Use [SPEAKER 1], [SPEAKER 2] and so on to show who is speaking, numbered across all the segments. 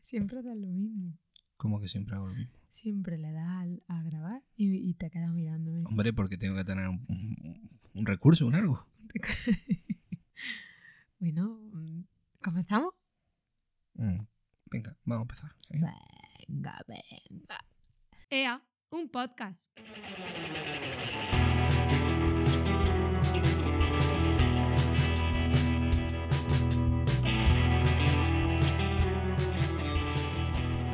[SPEAKER 1] Siempre haces lo mismo.
[SPEAKER 2] Como que siempre hago lo mismo.
[SPEAKER 1] Siempre le das al- a grabar y, y te quedas mirándome.
[SPEAKER 2] Hombre, porque tengo que tener un, un- un recurso, un algo.
[SPEAKER 1] bueno, mm, ¿comenzamos?
[SPEAKER 2] Mm, Venga, vamos a empezar. ¿eh?
[SPEAKER 1] Venga, venga.
[SPEAKER 3] EA, un podcast.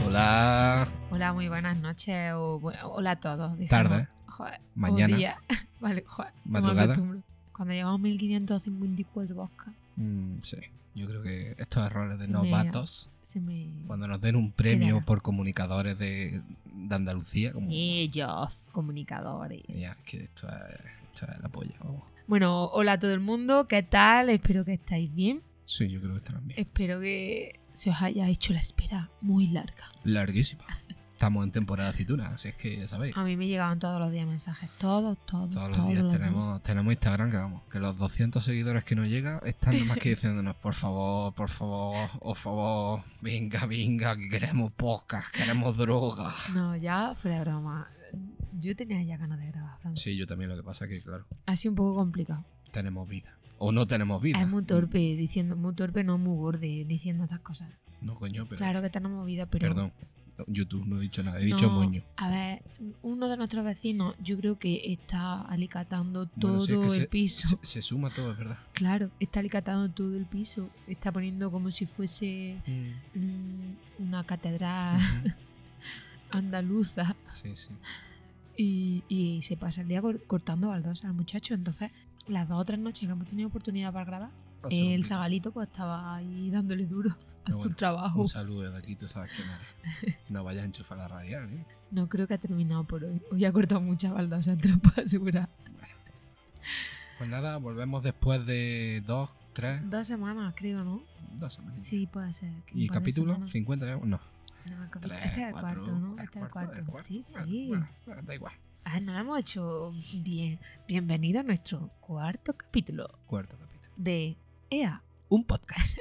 [SPEAKER 2] Hola,
[SPEAKER 1] Hola, muy buenas noches. O, bueno, hola a todos. dijimos.
[SPEAKER 2] tarde,
[SPEAKER 1] Joder, o
[SPEAKER 2] mañana.
[SPEAKER 1] día. vale, joder. no me
[SPEAKER 2] Madrugada.
[SPEAKER 1] acostumbro. Cuando llegamos a 1554 Oscar,
[SPEAKER 2] Mm, sí, yo creo que estos errores de
[SPEAKER 1] Sí, me-
[SPEAKER 2] novatos,
[SPEAKER 1] se me.
[SPEAKER 2] cuando nos den un premio
[SPEAKER 1] Quedará.
[SPEAKER 2] por comunicadores de, de Andalucía, como...
[SPEAKER 1] Ellos, comunicadores.
[SPEAKER 2] Ya, que esto es, esto es la polla, vamos.
[SPEAKER 1] Bueno, hola a todo el mundo, ¿qué tal? Espero que estáis bien.
[SPEAKER 2] Sí, yo creo que estarán bien.
[SPEAKER 1] Espero que se os haya hecho la espera muy larga.
[SPEAKER 2] Larguísima. Estamos en temporada aceituna, así es que ya sabéis.
[SPEAKER 1] A mí me llegaban todos los días mensajes, todos, todos.
[SPEAKER 2] Todos los días tenemos, tenemos Instagram que vamos, que los 200 seguidores que nos llega están nomás que diciéndonos, por favor, por favor, por favor, venga, venga, que queremos pocas, queremos droga.
[SPEAKER 1] No, ya fue de broma. Yo tenía ya ganas de grabar, Fran.
[SPEAKER 2] Sí, yo también lo que pasa es que, claro,
[SPEAKER 1] Ha sido un poco complicado.
[SPEAKER 2] tenemos vida. O no tenemos vida.
[SPEAKER 1] Es muy torpe diciendo, muy torpe, no muy borde diciendo estas cosas.
[SPEAKER 2] No, coño, pero...
[SPEAKER 1] claro que tenemos vida, pero.
[SPEAKER 2] Perdón, YouTube, no he dicho nada, he dicho
[SPEAKER 1] No,
[SPEAKER 2] moño.
[SPEAKER 1] A ver, uno de nuestros vecinos, yo creo que está alicatando todo
[SPEAKER 2] Bueno, sí, es que
[SPEAKER 1] el
[SPEAKER 2] se-
[SPEAKER 1] piso.
[SPEAKER 2] Se, se suma todo, es verdad.
[SPEAKER 1] Claro, está alicatando todo el piso. Está poniendo como si fuese mm, una catedral
[SPEAKER 2] Ujú.
[SPEAKER 1] andaluza.
[SPEAKER 2] Sí, sí.
[SPEAKER 1] Y, y se pasa el día cor- cortando baldosas al muchacho. Entonces, las dos o tres noches que hemos tenido oportunidad para grabar,
[SPEAKER 2] Pasa un
[SPEAKER 1] el
[SPEAKER 2] poquito.
[SPEAKER 1] zagalito pues estaba ahí dándole duro a
[SPEAKER 2] Pero
[SPEAKER 1] su
[SPEAKER 2] bueno,
[SPEAKER 1] trabajo.
[SPEAKER 2] Un saludo de aquí, tú sabes quién eres. No vayas a enchufar la radial, ¿eh?
[SPEAKER 1] No creo que ha terminado por hoy. Hoy ha cortado muchas baldosas, te lo puedo asegurar.
[SPEAKER 2] Pues nada, volvemos después de dos, tres,
[SPEAKER 1] Dos semanas, creo, ¿no?
[SPEAKER 2] dos semanas.
[SPEAKER 1] Sí, puede ser. que
[SPEAKER 2] ¿Y
[SPEAKER 1] un par de
[SPEAKER 2] capítulo?
[SPEAKER 1] semanas.
[SPEAKER 2] 50, ya- no.
[SPEAKER 1] No, el capi-
[SPEAKER 2] Tres,
[SPEAKER 1] este es el
[SPEAKER 2] cuatro,
[SPEAKER 1] cuarto, ¿no?
[SPEAKER 2] tres,
[SPEAKER 1] Este es el
[SPEAKER 2] cuarto,
[SPEAKER 1] cuarto.
[SPEAKER 2] tres,
[SPEAKER 1] Sí,
[SPEAKER 2] cuarto.
[SPEAKER 1] sí.
[SPEAKER 2] Bueno, bueno, da igual.
[SPEAKER 1] Ah, no lo hemos hecho bien. Bienvenido a nuestro cuarto capítulo
[SPEAKER 2] Cuarto capítulo.
[SPEAKER 1] de E EA.
[SPEAKER 2] Un podcast.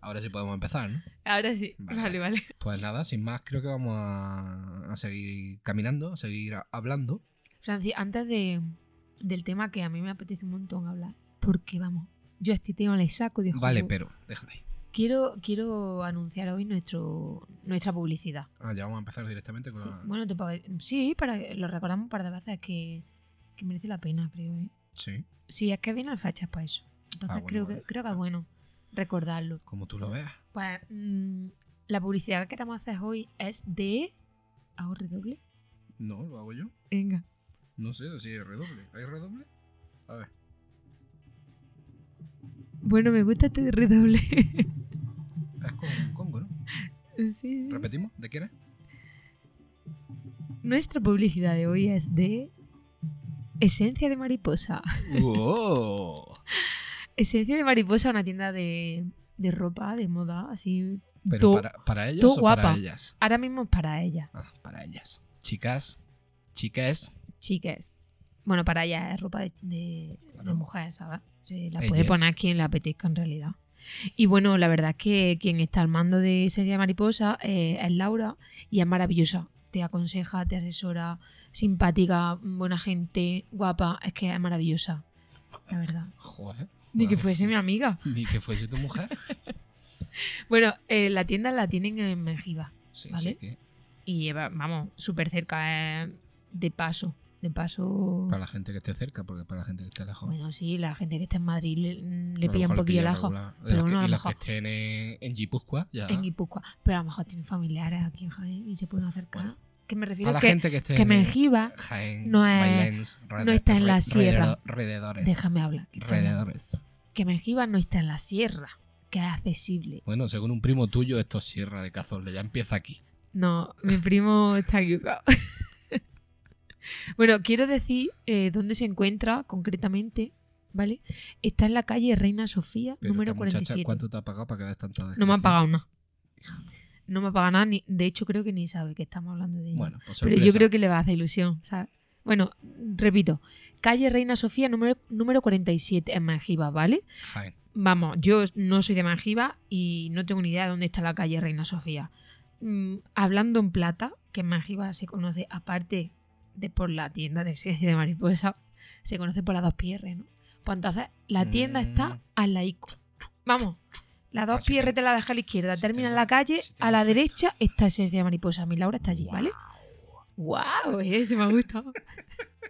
[SPEAKER 2] Ahora sí podemos empezar, ¿no?
[SPEAKER 1] Ahora sí.
[SPEAKER 2] Vale.
[SPEAKER 1] Vale, vale.
[SPEAKER 2] Pues nada, sin más, creo que vamos a, a seguir caminando, a seguir a- hablando.
[SPEAKER 1] Francis, antes de, del tema que a mí me apetece un montón hablar, porque vamos, yo a este tema le saco de jugo.
[SPEAKER 2] Vale, pero déjalo ahí.
[SPEAKER 1] Quiero, quiero anunciar hoy nuestro, nuestra publicidad.
[SPEAKER 2] Ah, ya vamos a empezar directamente con
[SPEAKER 1] Sí,
[SPEAKER 2] la...
[SPEAKER 1] bueno, te pago- sí para, lo recordamos un par de veces que, que merece la pena, creo. ¿eh?
[SPEAKER 2] Sí,
[SPEAKER 1] Sí, es que viene el fechas para eso. Entonces
[SPEAKER 2] Ah, bueno,
[SPEAKER 1] creo,
[SPEAKER 2] vale.
[SPEAKER 1] que, creo que es bueno recordarlo.
[SPEAKER 2] como tú lo veas.
[SPEAKER 1] Pues mm, la publicidad que queremos hacer hoy es de. ¿Hago redoble?
[SPEAKER 2] No, lo hago yo.
[SPEAKER 1] Venga.
[SPEAKER 2] No sé si hay redoble. ¿Hay redoble? A ver.
[SPEAKER 1] Bueno, me gusta este de redoble.
[SPEAKER 2] Es con un Congo, ¿no?
[SPEAKER 1] Sí, sí.
[SPEAKER 2] ¿Repetimos? ¿De quién es?
[SPEAKER 1] Nuestra publicidad de hoy es de. Esencia de mariposa.
[SPEAKER 2] ¡Wow!
[SPEAKER 1] Esencia de mariposa, una tienda de, de ropa, de moda, así.
[SPEAKER 2] ¿Pero
[SPEAKER 1] to-
[SPEAKER 2] para, para ellos
[SPEAKER 1] to
[SPEAKER 2] o para
[SPEAKER 1] guapa.
[SPEAKER 2] ellas?
[SPEAKER 1] Ahora mismo es para ella,
[SPEAKER 2] Ah, para ellas. Chicas, chicas,
[SPEAKER 1] chicas. Bueno, para ella es ropa de, de-
[SPEAKER 2] Claro.
[SPEAKER 1] de mujer, ¿sabes? Se la
[SPEAKER 2] Ellas.
[SPEAKER 1] puede poner quien la apetezca en realidad. Y bueno, la verdad es que quien está al mando de Esencia de Mariposa eh, es Laura y es maravillosa. Te aconseja, te asesora, simpática, buena gente, guapa. Es que es maravillosa, la verdad.
[SPEAKER 2] joder.
[SPEAKER 1] Ni que
[SPEAKER 2] Bueno,
[SPEAKER 1] fuese mi amiga.
[SPEAKER 2] Ni que fuese tu mujer.
[SPEAKER 1] Bueno, eh, la tienda la tienen en Mengiba.
[SPEAKER 2] Sí,
[SPEAKER 1] Vale.
[SPEAKER 2] sí que
[SPEAKER 1] Y eh, va- vamos, súper cerca, eh, de paso. De paso.
[SPEAKER 2] para la gente que esté cerca, porque para la gente que esté lejos.
[SPEAKER 1] Bueno, sí, la gente que está en Madrid le, mm,
[SPEAKER 2] a
[SPEAKER 1] le
[SPEAKER 2] lo
[SPEAKER 1] pilla un
[SPEAKER 2] mejor
[SPEAKER 1] poquillo el
[SPEAKER 2] pilla
[SPEAKER 1] ajo
[SPEAKER 2] regular. ¿eh? De
[SPEAKER 1] pero
[SPEAKER 2] los que-
[SPEAKER 1] bueno, a lo
[SPEAKER 2] y los que
[SPEAKER 1] mejor.
[SPEAKER 2] estén en, en Guipúzcoa, ya.
[SPEAKER 1] en Guipúzcoa. Pero a lo mejor tienen familiares aquí en Jaén y se pueden acercar.
[SPEAKER 2] Bueno.
[SPEAKER 1] que me refiero
[SPEAKER 2] para la
[SPEAKER 1] que,
[SPEAKER 2] gente que esté
[SPEAKER 1] que
[SPEAKER 2] en
[SPEAKER 1] Mengiba,
[SPEAKER 2] Jaén,
[SPEAKER 1] no es-
[SPEAKER 2] Bailens,
[SPEAKER 1] no está en la
[SPEAKER 2] re-
[SPEAKER 1] sierra.
[SPEAKER 2] rededo- Rededores.
[SPEAKER 1] déjame hablar. Que, estoy-
[SPEAKER 2] Rededores.
[SPEAKER 1] que Mengiba no está en la sierra, que es accesible.
[SPEAKER 2] Bueno, según un primo tuyo, esto es sierra de Cazorla. Ya empieza aquí.
[SPEAKER 1] No, mi primo está equivocado. bueno, quiero decir eh, dónde se encuentra concretamente, ¿vale? Está en la calle Reina Sofía,
[SPEAKER 2] Pero
[SPEAKER 1] número
[SPEAKER 2] esta muchacha,
[SPEAKER 1] 47.
[SPEAKER 2] ¿Cuánto te ha pagado para que veas tanta
[SPEAKER 1] No me ha
[SPEAKER 2] descripción?
[SPEAKER 1] pagado nada. No me ha pagado nada, ni, de hecho creo que ni sabe que estamos hablando de ella.
[SPEAKER 2] Bueno, pues
[SPEAKER 1] Pero yo
[SPEAKER 2] sorpresa.
[SPEAKER 1] creo que le va a hacer ilusión, ¿sabes? Bueno, repito, calle Reina Sofía número, número 47 en Manjiva, ¿vale?
[SPEAKER 2] Jaén.
[SPEAKER 1] Vamos, yo no soy de Manjiva y no tengo ni idea de dónde está la calle Reina Sofía. Mm, hablando en plata, que en Manjiva se conoce, aparte de por la tienda de esencia de mariposa, se conoce por las dos PR, ¿no? Pues entonces, la tienda
[SPEAKER 2] Mm.
[SPEAKER 1] está a la ICO. Vamos, las dos
[SPEAKER 2] Así
[SPEAKER 1] PR
[SPEAKER 2] que-
[SPEAKER 1] te la deja a la izquierda,
[SPEAKER 2] sí
[SPEAKER 1] termina en
[SPEAKER 2] tengo-
[SPEAKER 1] la calle,
[SPEAKER 2] sí
[SPEAKER 1] a
[SPEAKER 2] tengo
[SPEAKER 1] la
[SPEAKER 2] fecha.
[SPEAKER 1] derecha está esencia de mariposa. Mi Laura está allí, ¿vale? ¡Guau! ese me ha gustado.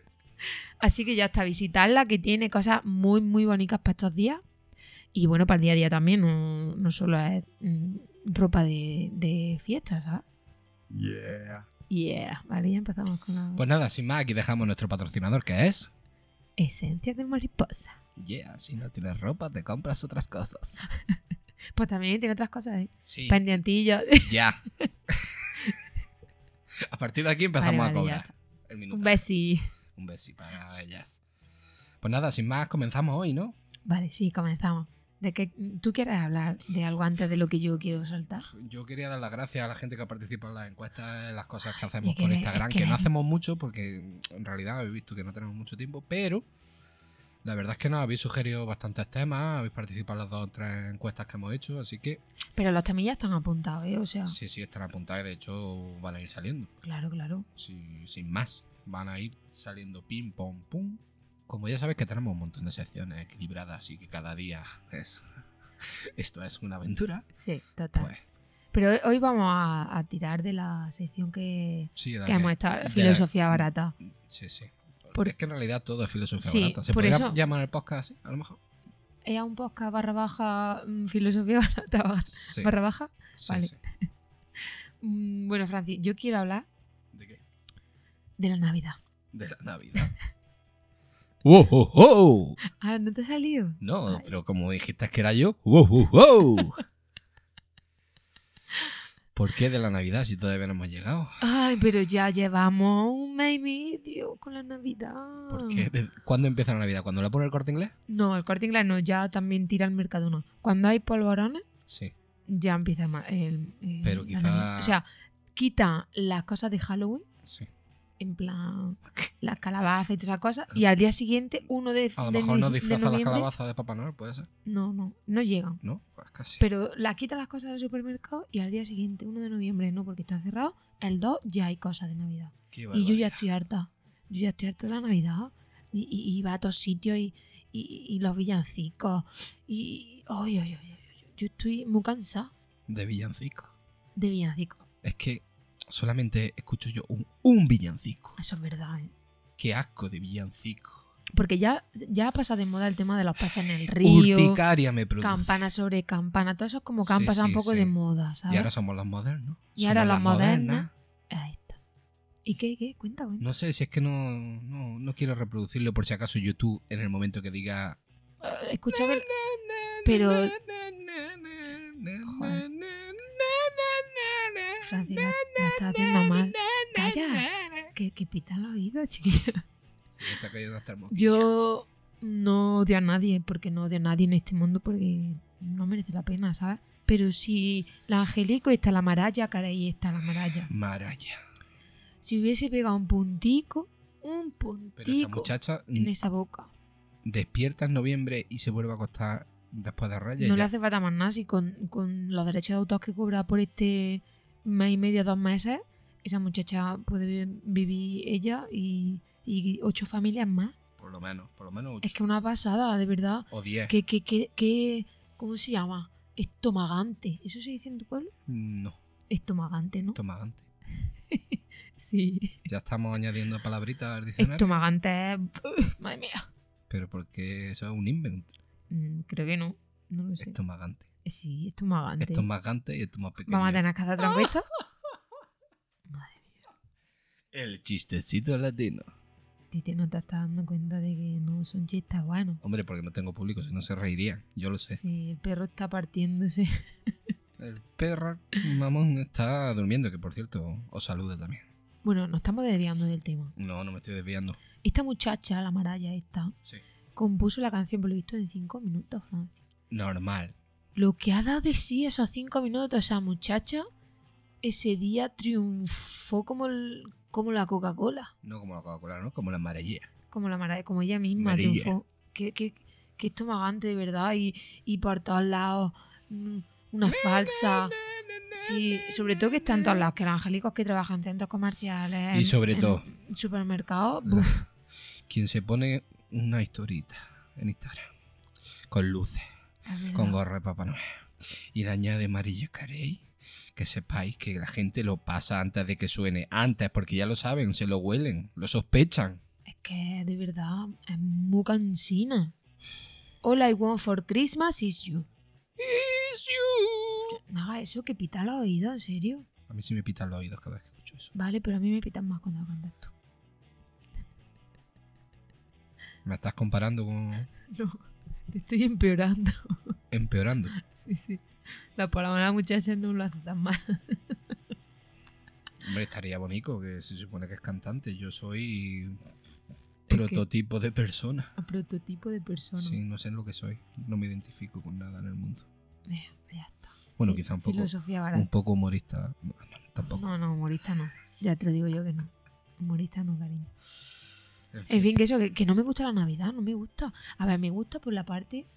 [SPEAKER 1] Así que ya está, visitarla, que tiene cosas muy, muy bonitas para estos días. Y bueno, para el día a día también, no, no solo es mm, ropa de, de fiesta, ¿sabes?
[SPEAKER 4] Yeah.
[SPEAKER 1] Yeah, vale, ya empezamos con la
[SPEAKER 2] Pues nada, sin más, aquí dejamos nuestro patrocinador que es.
[SPEAKER 1] esencia de mariposa.
[SPEAKER 2] Yeah, si no tienes ropa, te compras otras cosas.
[SPEAKER 1] Pues también tiene otras cosas, ¿eh?
[SPEAKER 2] Sí,
[SPEAKER 1] Pendientillos.
[SPEAKER 2] ya. a partir de aquí empezamos
[SPEAKER 1] Vale, vale, ya
[SPEAKER 2] a
[SPEAKER 1] está.
[SPEAKER 2] cobrar. El
[SPEAKER 1] Un
[SPEAKER 2] minuto.
[SPEAKER 1] besi.
[SPEAKER 2] Un besi para ellas. Pues nada, sin más, comenzamos hoy, ¿no?
[SPEAKER 1] Vale, sí, comenzamos. ¿De qué tú quieres hablar de algo antes de lo que yo quiero soltar?
[SPEAKER 2] Yo quería dar las gracias a la gente que ha participado en las encuestas, en las cosas que
[SPEAKER 1] es
[SPEAKER 2] hacemos
[SPEAKER 1] que
[SPEAKER 2] por
[SPEAKER 1] la-
[SPEAKER 2] Instagram,
[SPEAKER 1] es
[SPEAKER 2] que,
[SPEAKER 1] que
[SPEAKER 2] no
[SPEAKER 1] la-
[SPEAKER 2] hacemos mucho porque en realidad habéis visto que no tenemos mucho tiempo, pero la verdad es que nos habéis sugerido bastantes temas, habéis participado en las dos o tres encuestas que hemos hecho, así que
[SPEAKER 1] Pero los temillas están apuntados, ¿eh? O sea,
[SPEAKER 2] sí, sí, están apuntadas y de hecho van a ir saliendo,
[SPEAKER 1] claro, claro.
[SPEAKER 2] sí, sin más. Van a ir saliendo pim, pom, pum. Como ya sabéis que tenemos un montón de secciones equilibradas, así que cada día es... Esto es una aventura.
[SPEAKER 1] Sí, total.
[SPEAKER 2] Pues
[SPEAKER 1] Pero hoy- hoy vamos a, a tirar de la sección que,
[SPEAKER 2] sí, la
[SPEAKER 1] que hemos estado,
[SPEAKER 2] de la-
[SPEAKER 1] filosofía barata.
[SPEAKER 2] Sí, sí.
[SPEAKER 1] Por-
[SPEAKER 2] Es que en realidad todo es filosofía
[SPEAKER 1] Sí,
[SPEAKER 2] barata. ¿Se
[SPEAKER 1] por
[SPEAKER 2] podría
[SPEAKER 1] eso-
[SPEAKER 2] llamar el podcast así, a lo mejor?
[SPEAKER 1] ¿Es un podcast barra baja mm, filosofía barata barra-
[SPEAKER 2] Sí,
[SPEAKER 1] barra baja?
[SPEAKER 2] sí,
[SPEAKER 1] vale.
[SPEAKER 2] sí.
[SPEAKER 1] Mm, Bueno, Francis, yo quiero hablar
[SPEAKER 2] ¿De qué?
[SPEAKER 1] de la Navidad.
[SPEAKER 2] De la Navidad.
[SPEAKER 4] ¡Wow, wow, wow!
[SPEAKER 1] Ah, ¿no te ha salido?
[SPEAKER 2] No,
[SPEAKER 1] Vale.
[SPEAKER 2] pero como dijiste que era yo,
[SPEAKER 4] ¡Wow, wow, wow!
[SPEAKER 2] ¿por qué de la Navidad si todavía no hemos llegado?
[SPEAKER 1] Ay, pero ya llevamos un mes y medio con la Navidad.
[SPEAKER 2] ¿Por qué? ¿De- ¿Cuándo empieza la Navidad? ¿Cuándo la pone el corte inglés?
[SPEAKER 1] No, el corte inglés no, ya también tira el Mercadona. Cuando hay polvorones,
[SPEAKER 2] Sí.
[SPEAKER 1] ya empieza ma- el, el-
[SPEAKER 2] Pero
[SPEAKER 1] la
[SPEAKER 2] quizá-
[SPEAKER 1] Navidad. O sea, quita las cosas de Halloween,
[SPEAKER 2] sí.
[SPEAKER 1] en plan las calabazas y todas esas cosas, y al día siguiente, uno de
[SPEAKER 2] A lo
[SPEAKER 1] de
[SPEAKER 2] mejor
[SPEAKER 1] no-
[SPEAKER 2] no
[SPEAKER 1] de
[SPEAKER 2] disfraza las
[SPEAKER 1] noviembre-
[SPEAKER 2] calabazas de Papá Noel, puede ser.
[SPEAKER 1] No, no, no llegan.
[SPEAKER 2] ¿No? Pues casi.
[SPEAKER 1] Pero las quita las cosas del supermercado y al día siguiente, 1 de noviembre, no, porque está cerrado, el 2 ya hay cosas de Navidad.
[SPEAKER 2] Qué
[SPEAKER 1] Y yo ya
[SPEAKER 2] barbaridad.
[SPEAKER 1] estoy harta. Yo ya estoy harta de la Navidad. Y, y- y va a todos sitios y, y- y los villancicos. Y. Ay, ay, ay, ay, Yo estoy muy cansada
[SPEAKER 2] De villancico.
[SPEAKER 1] de villancicos.
[SPEAKER 2] Es que solamente escucho yo un, un villancico.
[SPEAKER 1] Eso es verdad, ¿eh?
[SPEAKER 2] Qué asco de villancico.
[SPEAKER 1] Porque ya, ya ha pasado de moda el tema de los peces en el río.
[SPEAKER 2] Urticaria me produce.
[SPEAKER 1] Campana sobre campana. Todo eso es como que han
[SPEAKER 2] Sí,
[SPEAKER 1] pasado
[SPEAKER 2] sí,
[SPEAKER 1] un poco
[SPEAKER 2] sí.
[SPEAKER 1] de moda,
[SPEAKER 2] Y
[SPEAKER 1] ¿sabes?
[SPEAKER 2] ahora somos los modernos.
[SPEAKER 1] Y ahora
[SPEAKER 2] Somos
[SPEAKER 1] los
[SPEAKER 2] las
[SPEAKER 1] modernas. Ahí está. ¿Y qué? ¿Qué? Cuenta, cuenta.
[SPEAKER 2] No sé si es que no, no, no quiero reproducirlo por si acaso YouTube en el momento que diga.
[SPEAKER 1] Eh, Escucho que. Pero- Joder. Francis, la, la estás haciendo mal. Calla. Que, que pita el oído, chiquillo.
[SPEAKER 2] Se me está cayendo hasta el moquillo.
[SPEAKER 1] Yo no odio a nadie, porque no odio a nadie en este mundo, porque no merece la pena, ¿sabes? Pero si la Angelico está la maralla, caray, está la maralla.
[SPEAKER 2] Maraya.
[SPEAKER 1] Si hubiese pegado un puntico, un
[SPEAKER 2] Pero esta
[SPEAKER 1] puntico
[SPEAKER 2] muchacha mm,
[SPEAKER 1] en esa boca.
[SPEAKER 2] despierta en noviembre y se vuelve a acostar después de raya.
[SPEAKER 1] no
[SPEAKER 2] y
[SPEAKER 1] le
[SPEAKER 2] ya.
[SPEAKER 1] hace falta más nada si con, con los derechos de autor que cobra por este mes y medio, dos meses, esa muchacha puede vi- vivir ella y, y ocho familias más.
[SPEAKER 2] Por lo menos, por lo menos
[SPEAKER 1] Es que una pasada, de verdad.
[SPEAKER 2] o 10.
[SPEAKER 1] Que, que, que, que- ¿Cómo se llama? Estomagante. ¿Eso se dice en tu pueblo?
[SPEAKER 2] No,
[SPEAKER 1] Estomagante, ¿no?
[SPEAKER 2] estomagante.
[SPEAKER 1] Sí.
[SPEAKER 2] Ya estamos añadiendo palabritas al diccionario.
[SPEAKER 1] Estomagante es... Madre mía.
[SPEAKER 2] Pero porque eso es un invent.
[SPEAKER 1] Mm, creo que no. No lo sé.
[SPEAKER 2] Estomagante.
[SPEAKER 1] Sí, estomagante.
[SPEAKER 2] Estomagante y esto más pequeño.
[SPEAKER 1] Vamos a tener que hacer otra encuesta. Madre mía.
[SPEAKER 2] El chistecito latino.
[SPEAKER 1] Titi no te estás dando cuenta de que no son chistes buenos.
[SPEAKER 2] Hombre, porque no tengo público, si no se reirían. Yo lo sé.
[SPEAKER 1] Sí, el perro está partiéndose.
[SPEAKER 2] El perro mamón está durmiendo, que por cierto, os saluda también.
[SPEAKER 1] Bueno, nos estamos desviando del tema.
[SPEAKER 2] No, no me estoy desviando.
[SPEAKER 1] Esta muchacha, la maraya esta,
[SPEAKER 2] Sí.
[SPEAKER 1] compuso la canción, por lo visto, en cinco minutos, Francis.
[SPEAKER 2] Normal.
[SPEAKER 1] Lo que ha dado de sí esos cinco minutos esa muchacha, ese día triunfó como, el- como la Coca-Cola.
[SPEAKER 2] No como la Coca-Cola, ¿no? Como la marellía.
[SPEAKER 1] Como la maraya, como ella misma
[SPEAKER 2] Marilla.
[SPEAKER 1] triunfó. Qué, qué- qué estomagante de verdad y, y por todos lados mm, una falsa. Sí, sobre todo que están todos lados, que los angélicos que trabajan en centros comerciales.
[SPEAKER 2] Y
[SPEAKER 1] en-
[SPEAKER 2] sobre
[SPEAKER 1] en
[SPEAKER 2] todo-
[SPEAKER 1] Supermercados.
[SPEAKER 2] La-
[SPEAKER 1] buf,
[SPEAKER 2] Quien se pone una historita en Instagram con luces,
[SPEAKER 1] es verdad.
[SPEAKER 2] con gorra de Papá Noel y le añade Marillo Carey, que sepáis que la gente lo pasa antes de que suene, antes, porque ya lo saben, se lo huelen, lo sospechan.
[SPEAKER 1] Es que de verdad es muy cansina. All I want for Christmas is you. No haga eso, que pita los oídos, en serio.
[SPEAKER 2] A mí sí me pitan los oídos cada vez que escucho eso.
[SPEAKER 1] Vale, pero a mí me pitan más cuando cantas tú.
[SPEAKER 2] Me estás comparando con...
[SPEAKER 1] No, te estoy empeorando.
[SPEAKER 2] empeorando.
[SPEAKER 1] Sí, sí. La palabra muchacha no lo hace tan mal.
[SPEAKER 2] Hombre, estaría bonito, que se supone que es cantante. Yo soy
[SPEAKER 1] que-
[SPEAKER 2] prototipo de persona.
[SPEAKER 1] A prototipo de persona.
[SPEAKER 2] Sí, no sé lo que soy. No me identifico con nada en el mundo.
[SPEAKER 1] Eh, ya está.
[SPEAKER 2] Bueno,
[SPEAKER 1] Fil-
[SPEAKER 2] quizá un poco,
[SPEAKER 1] Filosofía barata.
[SPEAKER 2] un poco humorista. No, no, tampoco.
[SPEAKER 1] No, no, humorista no. Ya te lo digo yo que no. Humorista no, cariño.
[SPEAKER 2] En
[SPEAKER 1] En fin, que eso, que, que no me gusta la Navidad, no me gusta. A ver, me gusta por la parte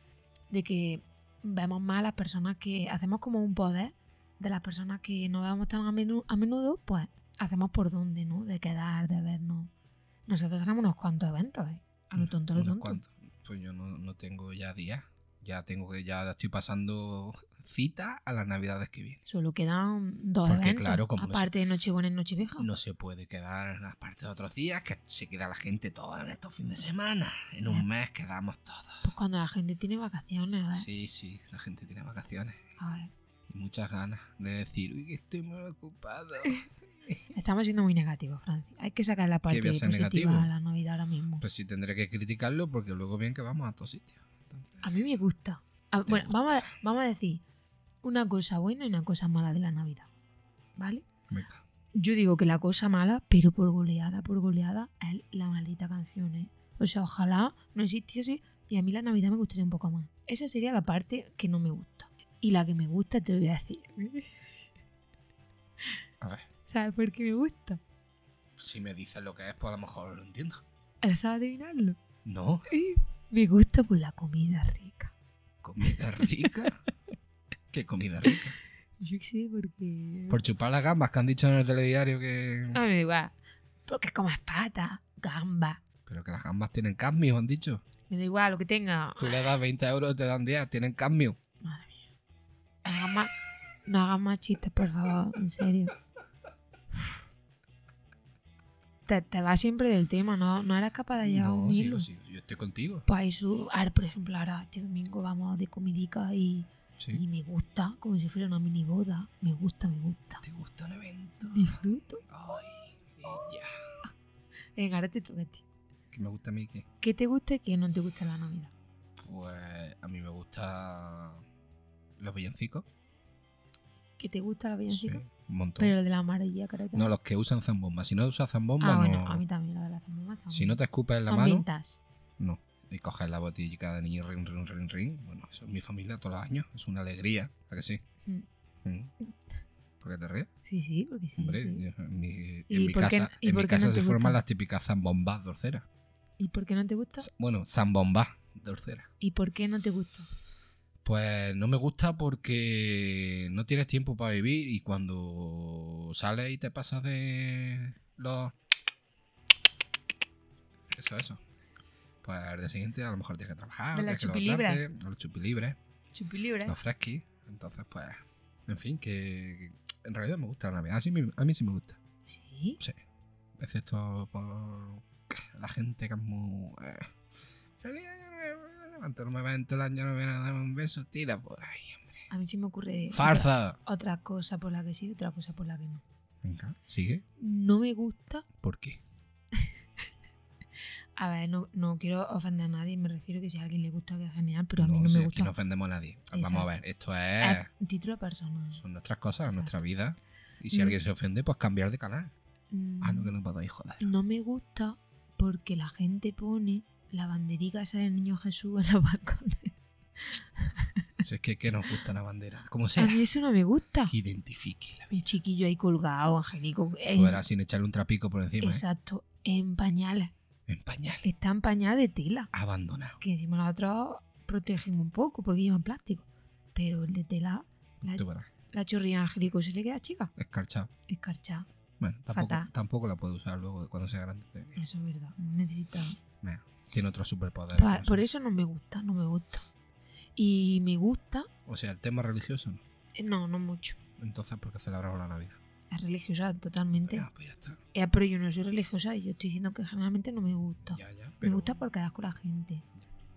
[SPEAKER 1] de que vemos más a las personas que hacemos como un poder de las personas que no vemos tan a menudo, a menudo pues hacemos por dónde, ¿no? De quedar, de vernos. Nosotros tenemos unos cuantos eventos, ¿eh? A lo tonto, a lo
[SPEAKER 2] Unos
[SPEAKER 1] tonto.
[SPEAKER 2] cuantos. Pues yo no, no tengo ya días. Ya tengo que, ya estoy pasando cita a las navidades que vienen.
[SPEAKER 1] Solo quedan dos
[SPEAKER 2] Porque,
[SPEAKER 1] eventos.
[SPEAKER 2] claro, como no se-
[SPEAKER 1] aparte de Nochebuena y Nochevieja.
[SPEAKER 2] No se puede quedar en las partes de otros días, que se queda la gente toda en estos fines de semana. En
[SPEAKER 1] Ya.
[SPEAKER 2] un mes quedamos todos.
[SPEAKER 1] Pues cuando la gente tiene vacaciones, ¿eh?
[SPEAKER 2] Sí, sí, la gente tiene vacaciones.
[SPEAKER 1] A ver,
[SPEAKER 2] y muchas ganas de decir, uy, que estoy muy ocupado.
[SPEAKER 1] Estamos siendo muy negativos, Francis. Hay que sacar la parte
[SPEAKER 2] voy a ser
[SPEAKER 1] positiva
[SPEAKER 2] negativo?
[SPEAKER 1] a la Navidad ahora mismo.
[SPEAKER 2] pues sí, tendré que criticarlo porque luego bien que vamos a todos sitios. Entonces,
[SPEAKER 1] A mí me gusta. A-
[SPEAKER 2] Te
[SPEAKER 1] bueno,
[SPEAKER 2] gusta.
[SPEAKER 1] Vamos, a, vamos a decir una cosa buena y una cosa mala de la Navidad. ¿Vale?
[SPEAKER 2] venga.
[SPEAKER 1] Yo digo que la cosa mala, pero por goleada, por goleada, es la maldita canción, ¿eh? O sea, ojalá no existiese y a mí la Navidad me gustaría un poco más. Esa sería la parte que no me gusta. Y la que me gusta te voy a decir.
[SPEAKER 2] A ver,
[SPEAKER 1] ¿Sabes por qué me gusta?
[SPEAKER 2] si me dices lo que es, pues a lo mejor lo entiendo.
[SPEAKER 1] Ahora sabes adivinarlo.
[SPEAKER 2] No,
[SPEAKER 1] Me gusta por la comida rica.
[SPEAKER 2] comida rica. ¿Qué comida rica?
[SPEAKER 1] Yo qué sé por qué.
[SPEAKER 2] Por chupar las gambas que han dicho en el telediario
[SPEAKER 1] A mí
[SPEAKER 2] que...
[SPEAKER 1] me "Ah, da igual. Porque comes pata, gamba.
[SPEAKER 2] Pero que las gambas tienen cadmio, han dicho.
[SPEAKER 1] Me da igual "Ah, lo que tenga.
[SPEAKER 2] Tú le das 20 euros, te dan 10, tienen cadmio.
[SPEAKER 1] No hagas más, no hagas más chistes, por favor, en serio. Te, te vas siempre del tema, no, no eras capaz de llevar
[SPEAKER 2] No,
[SPEAKER 1] un
[SPEAKER 2] sí,
[SPEAKER 1] hilo.
[SPEAKER 2] sí, yo estoy contigo.
[SPEAKER 1] Pues eso, ahora, por ejemplo, ahora este domingo vamos de comidica y,
[SPEAKER 2] Sí.
[SPEAKER 1] y me gusta, como si fuera una mini boda. Me gusta, me gusta.
[SPEAKER 2] ¿Te gusta un evento?
[SPEAKER 1] Disfruto.
[SPEAKER 2] Ay, niña.
[SPEAKER 1] Venga, ahora te toca a ti.
[SPEAKER 2] Que me gusta a mí, que...
[SPEAKER 1] ¿Qué te gusta y qué no te gusta de la Navidad?
[SPEAKER 2] Pues a mí me gusta los villancicos.
[SPEAKER 1] ¿Qué te gusta la
[SPEAKER 2] Sí,
[SPEAKER 1] villancica?
[SPEAKER 2] un montón.
[SPEAKER 1] Pero el de la amarilla, careta.
[SPEAKER 2] No los que usan zambomba. Si no usas zambomba,
[SPEAKER 1] ah, bueno,
[SPEAKER 2] no.
[SPEAKER 1] a mí también la de la zambomba está
[SPEAKER 2] Si
[SPEAKER 1] muy-
[SPEAKER 2] no te escupes en la
[SPEAKER 1] Son
[SPEAKER 2] mano
[SPEAKER 1] vintage.
[SPEAKER 2] y coges la botella de niño ring, ring, ring, ring. Bueno, eso es mi familia todos los años. Es una alegría, ¿a que sí?
[SPEAKER 1] Mm.
[SPEAKER 2] Mm. ¿Por qué te ríes?
[SPEAKER 1] Sí, sí, porque sí.
[SPEAKER 2] Hombre,
[SPEAKER 1] sí.
[SPEAKER 2] yo- en mi,
[SPEAKER 1] ¿Y
[SPEAKER 2] en mi
[SPEAKER 1] por qué-
[SPEAKER 2] casa,
[SPEAKER 1] y
[SPEAKER 2] en
[SPEAKER 1] por
[SPEAKER 2] mi
[SPEAKER 1] qué no
[SPEAKER 2] casa
[SPEAKER 1] te
[SPEAKER 2] se forman
[SPEAKER 1] gustan?
[SPEAKER 2] las típicas zambombas dorceras.
[SPEAKER 1] ¿Y por qué no te gusta?
[SPEAKER 2] S- Bueno, zambombas dorceras.
[SPEAKER 1] ¿Y por qué no te gusta?
[SPEAKER 2] Pues no me gusta porque no tienes tiempo para vivir y cuando sales y te pasas de los... Eso, eso. Pues al día siguiente a lo mejor tienes que trabajar,
[SPEAKER 1] De la
[SPEAKER 2] tienes que
[SPEAKER 1] chupilibra.
[SPEAKER 2] levantarte, los chupilibres,
[SPEAKER 1] Chupilibre.
[SPEAKER 2] los fresquis. Entonces, pues, en fin, que que en realidad me gusta la Navidad. Sí me- a mí sí me gusta.
[SPEAKER 1] Sí.
[SPEAKER 2] Excepto por la gente que es muy... eh, Feliz año nuevo, levanto, no me el año nuevo, dame un beso, tira por ahí.
[SPEAKER 1] A mí sí me ocurre otra-
[SPEAKER 2] ¡Farza!
[SPEAKER 1] otra cosa por la que sí, otra cosa por la que no.
[SPEAKER 2] Venga, sigue.
[SPEAKER 1] No me gusta.
[SPEAKER 2] ¿Por qué?
[SPEAKER 1] A ver, no, no quiero ofender a nadie, me refiero que si a alguien le gusta que es genial, pero a mí no, me
[SPEAKER 2] si aquí
[SPEAKER 1] gusta.
[SPEAKER 2] no ofendemos a nadie. Vamos a
[SPEAKER 1] Exacto.
[SPEAKER 2] ver, esto
[SPEAKER 1] Es
[SPEAKER 2] es.
[SPEAKER 1] un título de persona.
[SPEAKER 2] Son nuestras cosas,
[SPEAKER 1] Exacto.
[SPEAKER 2] nuestra vida. Y si
[SPEAKER 1] Mm.
[SPEAKER 2] alguien se ofende, pues cambiar de canal.
[SPEAKER 1] Mm,
[SPEAKER 2] Ah, no, que no podáis joder.
[SPEAKER 1] no me gusta porque la gente pone la banderica esa del niño Jesús en los balcones.
[SPEAKER 2] Si es que, que nos gusta la bandera. Como
[SPEAKER 1] A
[SPEAKER 2] sea,
[SPEAKER 1] mí eso no me gusta.
[SPEAKER 2] que identifique la vida.
[SPEAKER 1] Un chiquillo ahí colgado, angélico. en-
[SPEAKER 2] Tú eras sin echarle un trapico por encima, ¿eh?
[SPEAKER 1] Exacto, en pañales.
[SPEAKER 2] En pañal.
[SPEAKER 1] Está en pañal de tela.
[SPEAKER 2] Abandonado.
[SPEAKER 1] Que encima nosotros protegen un poco porque llevan plástico. Pero el de tela, la,
[SPEAKER 2] Tú verás,
[SPEAKER 1] la chorrilla en Angelico se le queda chica.
[SPEAKER 2] escarchado.
[SPEAKER 1] Escarchada.
[SPEAKER 2] Bueno, tampoco,
[SPEAKER 1] Fatal.
[SPEAKER 2] tampoco la puedo usar luego de cuando sea grande. Eh,
[SPEAKER 1] Eso es verdad. Necesita.
[SPEAKER 2] mira, tiene otro superpoder.
[SPEAKER 1] Pa-
[SPEAKER 2] no
[SPEAKER 1] por
[SPEAKER 2] sé.
[SPEAKER 1] eso no me gusta, no me gusta. Y me gusta,
[SPEAKER 2] O sea, el tema religioso no.
[SPEAKER 1] eh, no, no mucho.
[SPEAKER 2] Entonces, ¿por qué celebramos la Navidad?
[SPEAKER 1] Es religiosa totalmente.
[SPEAKER 2] Ya, pues ya está.
[SPEAKER 1] Eh, pero yo no soy religiosa y yo estoy diciendo que generalmente no me gusta.
[SPEAKER 2] Ya, ya. Pero
[SPEAKER 1] Me gusta porque das con la gente.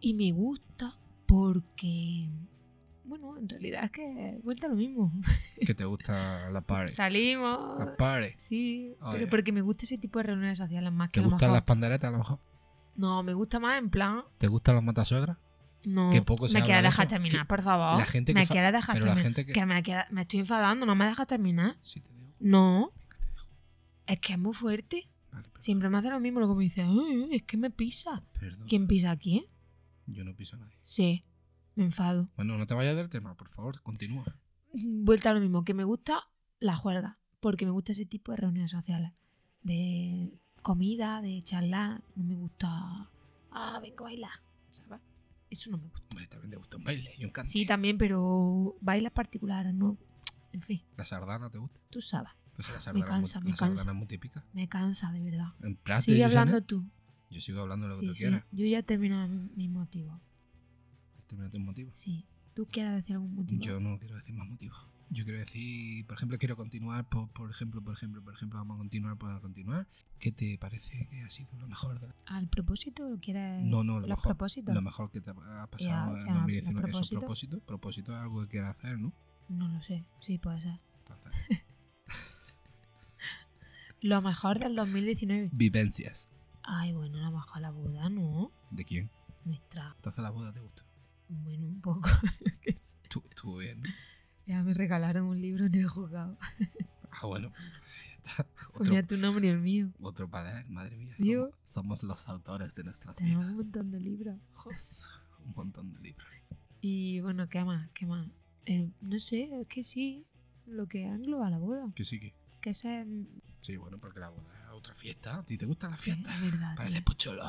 [SPEAKER 1] Y me gusta porque. Bueno, en realidad es que vuelta a lo mismo.
[SPEAKER 2] que te gusta la party.
[SPEAKER 1] Salimos.
[SPEAKER 2] La party.
[SPEAKER 1] Sí,
[SPEAKER 2] Ah,
[SPEAKER 1] pero
[SPEAKER 2] ya.
[SPEAKER 1] porque me gusta ese tipo de reuniones sociales más que
[SPEAKER 2] ¿Te
[SPEAKER 1] a lo
[SPEAKER 2] gustan las
[SPEAKER 1] mejor.
[SPEAKER 2] panderetas a lo mejor?
[SPEAKER 1] No, me gusta más en plan.
[SPEAKER 2] ¿Te gustan las matasuegras?
[SPEAKER 1] No,
[SPEAKER 2] Que poco se
[SPEAKER 1] me
[SPEAKER 2] habla
[SPEAKER 1] quieres
[SPEAKER 2] de
[SPEAKER 1] dejar
[SPEAKER 2] eso.
[SPEAKER 1] terminar,
[SPEAKER 2] Que-
[SPEAKER 1] por favor.
[SPEAKER 2] la gente que
[SPEAKER 1] Oh, me
[SPEAKER 2] fa-
[SPEAKER 1] quieres dejar
[SPEAKER 2] pero la
[SPEAKER 1] terminar.
[SPEAKER 2] gente que-
[SPEAKER 1] me, quiera- me estoy enfadando, no me dejas terminar.
[SPEAKER 2] Sí, te digo.
[SPEAKER 1] No,
[SPEAKER 2] Venga, te dejo.
[SPEAKER 1] es que es muy fuerte.
[SPEAKER 2] Vale, pero-
[SPEAKER 1] Siempre me hace lo mismo, luego me dice, "Ay, es que me pisa.
[SPEAKER 2] perdón.
[SPEAKER 1] ¿Quién pisa a quién?
[SPEAKER 2] Yo no piso a nadie.
[SPEAKER 1] Sí, me enfado.
[SPEAKER 2] Bueno, no te vayas del tema, por favor, continúa.
[SPEAKER 1] Vuelta a lo mismo, que me gusta la juerga, porque me gusta ese tipo de reuniones sociales. De comida, de charlar, no me gusta. Ah, vengo a bailar, ¿sabes? Eso no me gusta.
[SPEAKER 2] Hombre, también te gusta un baile y un cante.
[SPEAKER 1] Sí, también, pero bailes particulares, no. En fin,
[SPEAKER 2] ¿La sardana te gusta?
[SPEAKER 1] tú sabes,
[SPEAKER 2] Pues la sardana, es
[SPEAKER 1] cansa,
[SPEAKER 2] muy,
[SPEAKER 1] me
[SPEAKER 2] la sardana
[SPEAKER 1] cansa.
[SPEAKER 2] es muy típica.
[SPEAKER 1] me cansa de verdad.
[SPEAKER 2] En plata
[SPEAKER 1] Sigue
[SPEAKER 2] y
[SPEAKER 1] hablando
[SPEAKER 2] Susana,
[SPEAKER 1] tú.
[SPEAKER 2] ¿eh? Yo sigo hablando Ah, lo que
[SPEAKER 1] Sí,
[SPEAKER 2] tú
[SPEAKER 1] sí,
[SPEAKER 2] quieras.
[SPEAKER 1] Yo ya he terminado mi- mi motivo.
[SPEAKER 2] Termínate un motivo.
[SPEAKER 1] Sí. ¿Tú quieres decir algún motivo?
[SPEAKER 2] Yo no quiero decir más motivos. Yo quiero decir, por ejemplo, quiero continuar, por, por ejemplo, por ejemplo, por ejemplo, vamos a continuar, vamos a continuar. ¿Qué te parece que ha sido lo mejor de la-
[SPEAKER 1] ¿Al propósito lo quieres?
[SPEAKER 2] No, no, lo
[SPEAKER 1] Mm, ¿Los
[SPEAKER 2] mejor,
[SPEAKER 1] propósitos?
[SPEAKER 2] lo mejor que te ha
[SPEAKER 1] Ya,
[SPEAKER 2] pasado
[SPEAKER 1] o sea,
[SPEAKER 2] en 2019?
[SPEAKER 1] los
[SPEAKER 2] ¿Es un propósito? Propósito es algo que quieras hacer, ¿no?
[SPEAKER 1] No lo sé. Sí, puede ser.
[SPEAKER 2] Entonces,
[SPEAKER 1] Lo mejor del 2019.
[SPEAKER 2] vivencias.
[SPEAKER 1] Ay, bueno, la mejor la boda, ¿no?
[SPEAKER 2] ¿De quién?
[SPEAKER 1] Nuestra.
[SPEAKER 2] Entonces la boda te gustó.
[SPEAKER 1] Bueno, un poco. Que sí.
[SPEAKER 2] Tú, tú bien, ¿no?
[SPEAKER 1] ya me regalaron un libro en el juzgado.
[SPEAKER 2] Ah, bueno. Ya está. Otro,
[SPEAKER 1] Ponía tu nombre y el mío.
[SPEAKER 2] otro padre, madre mía.
[SPEAKER 1] Dios.
[SPEAKER 2] Somos, somos los autores de nuestras
[SPEAKER 1] Tenemos
[SPEAKER 2] vidas.
[SPEAKER 1] un montón de libros.
[SPEAKER 2] Jos, Un montón de libros.
[SPEAKER 1] Y bueno, ¿qué más? ¿Qué más? Eh, no sé, es que sí. Lo que engloba la boda.
[SPEAKER 2] Que sí que.
[SPEAKER 1] Que esa es.
[SPEAKER 2] Sí, bueno, porque la boda es otra fiesta. ¿A ti te gustan las
[SPEAKER 1] es
[SPEAKER 2] fiestas?
[SPEAKER 1] verdad.
[SPEAKER 2] Parece
[SPEAKER 1] tío.
[SPEAKER 2] pocholo.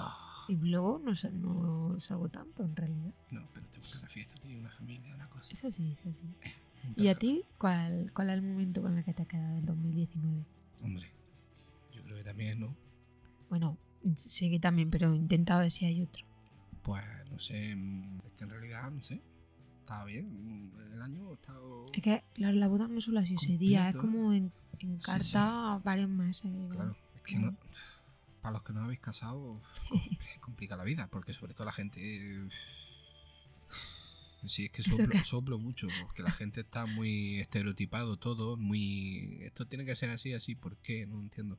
[SPEAKER 1] Y luego no, sal- no salgo tanto en realidad.
[SPEAKER 2] No, pero te gusta la fiesta, tío, una familia, una cosa.
[SPEAKER 1] Eso sí, eso sí.
[SPEAKER 2] Un
[SPEAKER 1] ¿Y a
[SPEAKER 2] perro.
[SPEAKER 1] ti cuál, cuál es el momento con el que te ha quedado el 2019?
[SPEAKER 2] Hombre, yo creo que también, ¿no?
[SPEAKER 1] Bueno, sé que también, pero intenta ver si hay otro.
[SPEAKER 2] Pues no sé, mm, es que en realidad, no sé. Estaba bien, mm, el año ha estado.
[SPEAKER 1] Es que, claro, la boda no solo ha sido ese día, es
[SPEAKER 2] Completo. ¿eh?
[SPEAKER 1] como en, en
[SPEAKER 2] Sí,
[SPEAKER 1] carta varios meses. ¿eh? ¿no?
[SPEAKER 2] Claro, es que no. Para los que no habéis casado, compl- complica la vida, porque sobre todo la gente. eh, Sí, es que
[SPEAKER 1] Eso
[SPEAKER 2] soplo,
[SPEAKER 1] que-
[SPEAKER 2] soplo mucho, porque la gente está muy estereotipado todo, muy. Esto tiene que ser así, así, ¿por qué? No entiendo.